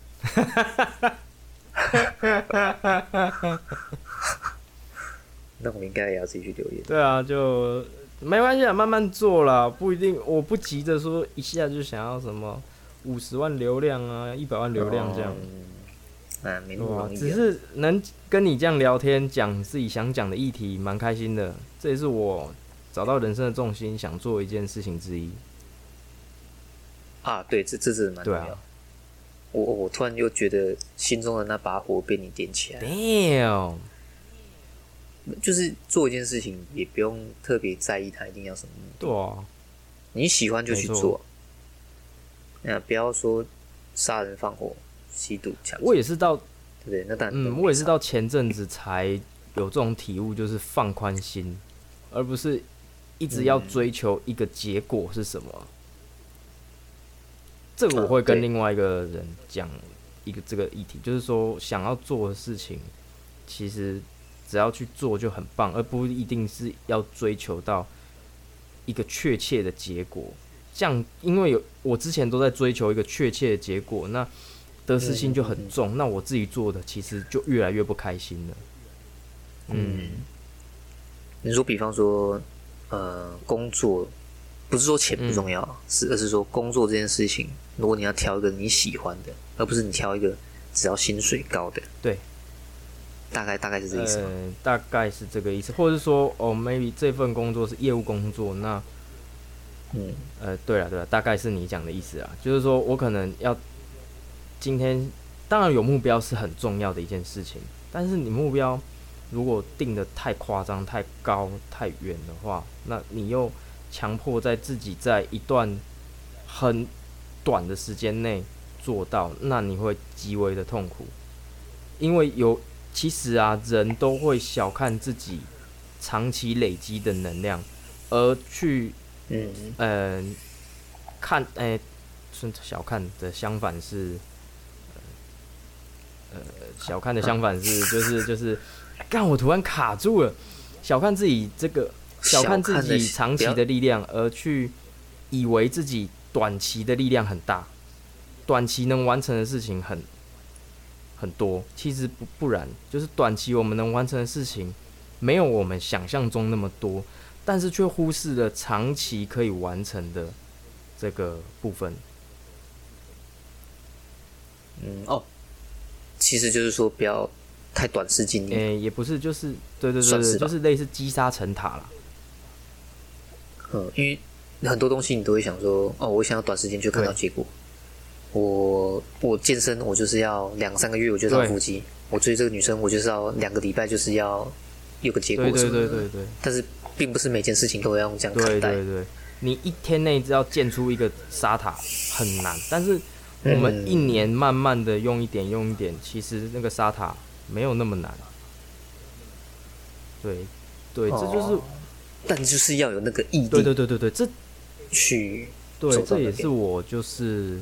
那我应该也要自己去留言。对啊，就没关系啊，慢慢做啦，不一定，我不急着说一下就想要什么五十万流量啊，一百万流量这样。嗯，那没那么哇，容易啊。只是能跟你这样聊天，讲自己想讲的议题，蛮开心的。这也是我找到人生的重心，想做一件事情之一。啊，对，这这是蛮重对要啊的。我我突然又觉得心中的那把火被你点起来了， Damn，就是做一件事情也不用特别在意它一定要什么，对啊，你喜欢就去没错做，那不要说杀人放火、吸毒、抢劫，我也是到对不对？那当然都没差，嗯，我也是到前阵子才有这种体悟，就是放宽心，而不是一直要追求一个结果是什么。这个我会啊对跟另外一个人讲一个这个议题，就是说想要做的事情，其实只要去做就很棒，而不一定是要追求到一个确切的结果。这样，因为有我之前都在追求一个确切的结果，那得失心就很嗯重，那我自己做的其实就越来越不开心了。嗯，你说，比方说，呃，工作，不是说钱不重要，嗯是而是说工作这件事情，如果你要挑一个你喜欢的，而不是你挑一个只要薪水高的，对，大概大概是这意思吗。呃，大概是这个意思，或者是说，哦，maybe 这份工作是业务工作，那嗯呃，对了对了，大概是你讲的意思啊，就是说我可能要今天，当然有目标是很重要的一件事情，但是你目标如果定的太夸张、太高、太远的话，那你又强迫在自己在一段很短的时间内做到，那你会极为的痛苦，因为有其实啊，人都会小看自己长期累积的能量，而去嗯，嗯，看，哎、是小看的相反是，呃，小看的相反是，就是就是，干，我突然卡住了，小看自己这个，小看自的己长期不的要力量，而去以为自己短期的力量很大，短期能完成的事情很很多，其实不不然，就是短期我们能完成的事情，没有我们想象中那么多，但是却忽视了长期可以完成的这个部分。嗯哦，其实就是说不要太短视近利诶、也不是，就是对对对嗯算是对，吧就是类似积沙成塔啦。嗯，因为很多东西你都会想说，哦，我想要短时间就看到对结果。我我健身，我就是要两三个月我就是要对腹肌；我追这个女生，我就是要两个礼拜就是要有个结果对对什么的。对对对但是并不是每件事情都要用这样对看待。对对，你一天内只要建出一个沙塔很难，但是我们嗯一年慢慢的用一点用一点，其实那个沙塔没有那么难。对对，这就是、哦但就是要有那个毅对对力对对对，这去走对，到这也那边是我就是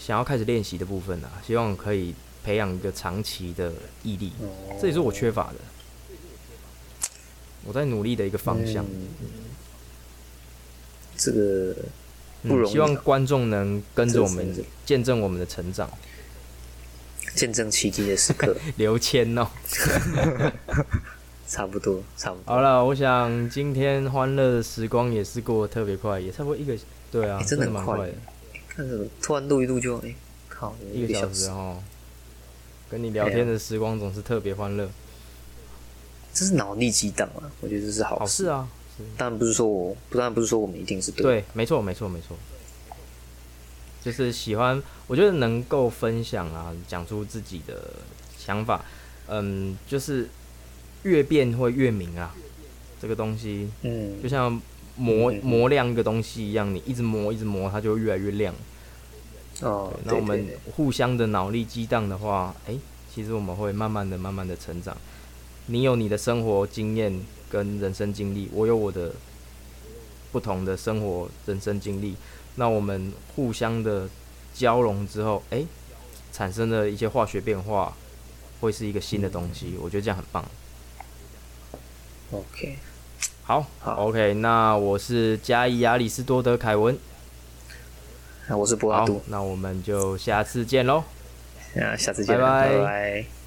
想要开始练习的部分啊，希望可以培养一个长期的毅力，哦这也是我缺乏的，我在努力的一个方向。嗯这个不嗯容易希望啊观众能跟着我真的们是见证我们的成长。 见证奇迹的时刻，刘谦哦，差不多，差不多。好了，我想今天欢乐的时光也是过得特别快，也差不多一个，对啊，欸真真的很蛮快快的耶，看什么，突然录一录就哎、靠，一个小啊小时哦。跟你聊天的时光总是特别欢乐，哦这是脑力激荡啊，我觉得这是好好事。事啊，是当然不是说我，不当然不是说我们一定是对的，对，没错，没错，没错，就是喜欢，我觉得能够分享啊，讲出自己的想法，嗯，就是越辩会越明啊，这个东西就嗯，像磨嗯嗯嗯磨亮一个东西一样，你一直磨一直磨，它就会越来越亮。哦对，那对我们对对互相的脑力激荡的话，诶，其实我们会慢慢的、慢慢的成长。你有你的生活经验跟人生经历，我有我的不同的生活人生经历，那我们互相的交融之后，诶，产生了一些化学变化，会是一个新的东嗯西。我觉得这样很棒。 OK，好好 o k 那我是嘉义亚里士多德凯文。那我是博阿好杜，，那我们就下次见喽。那下次见啦，拜拜拜拜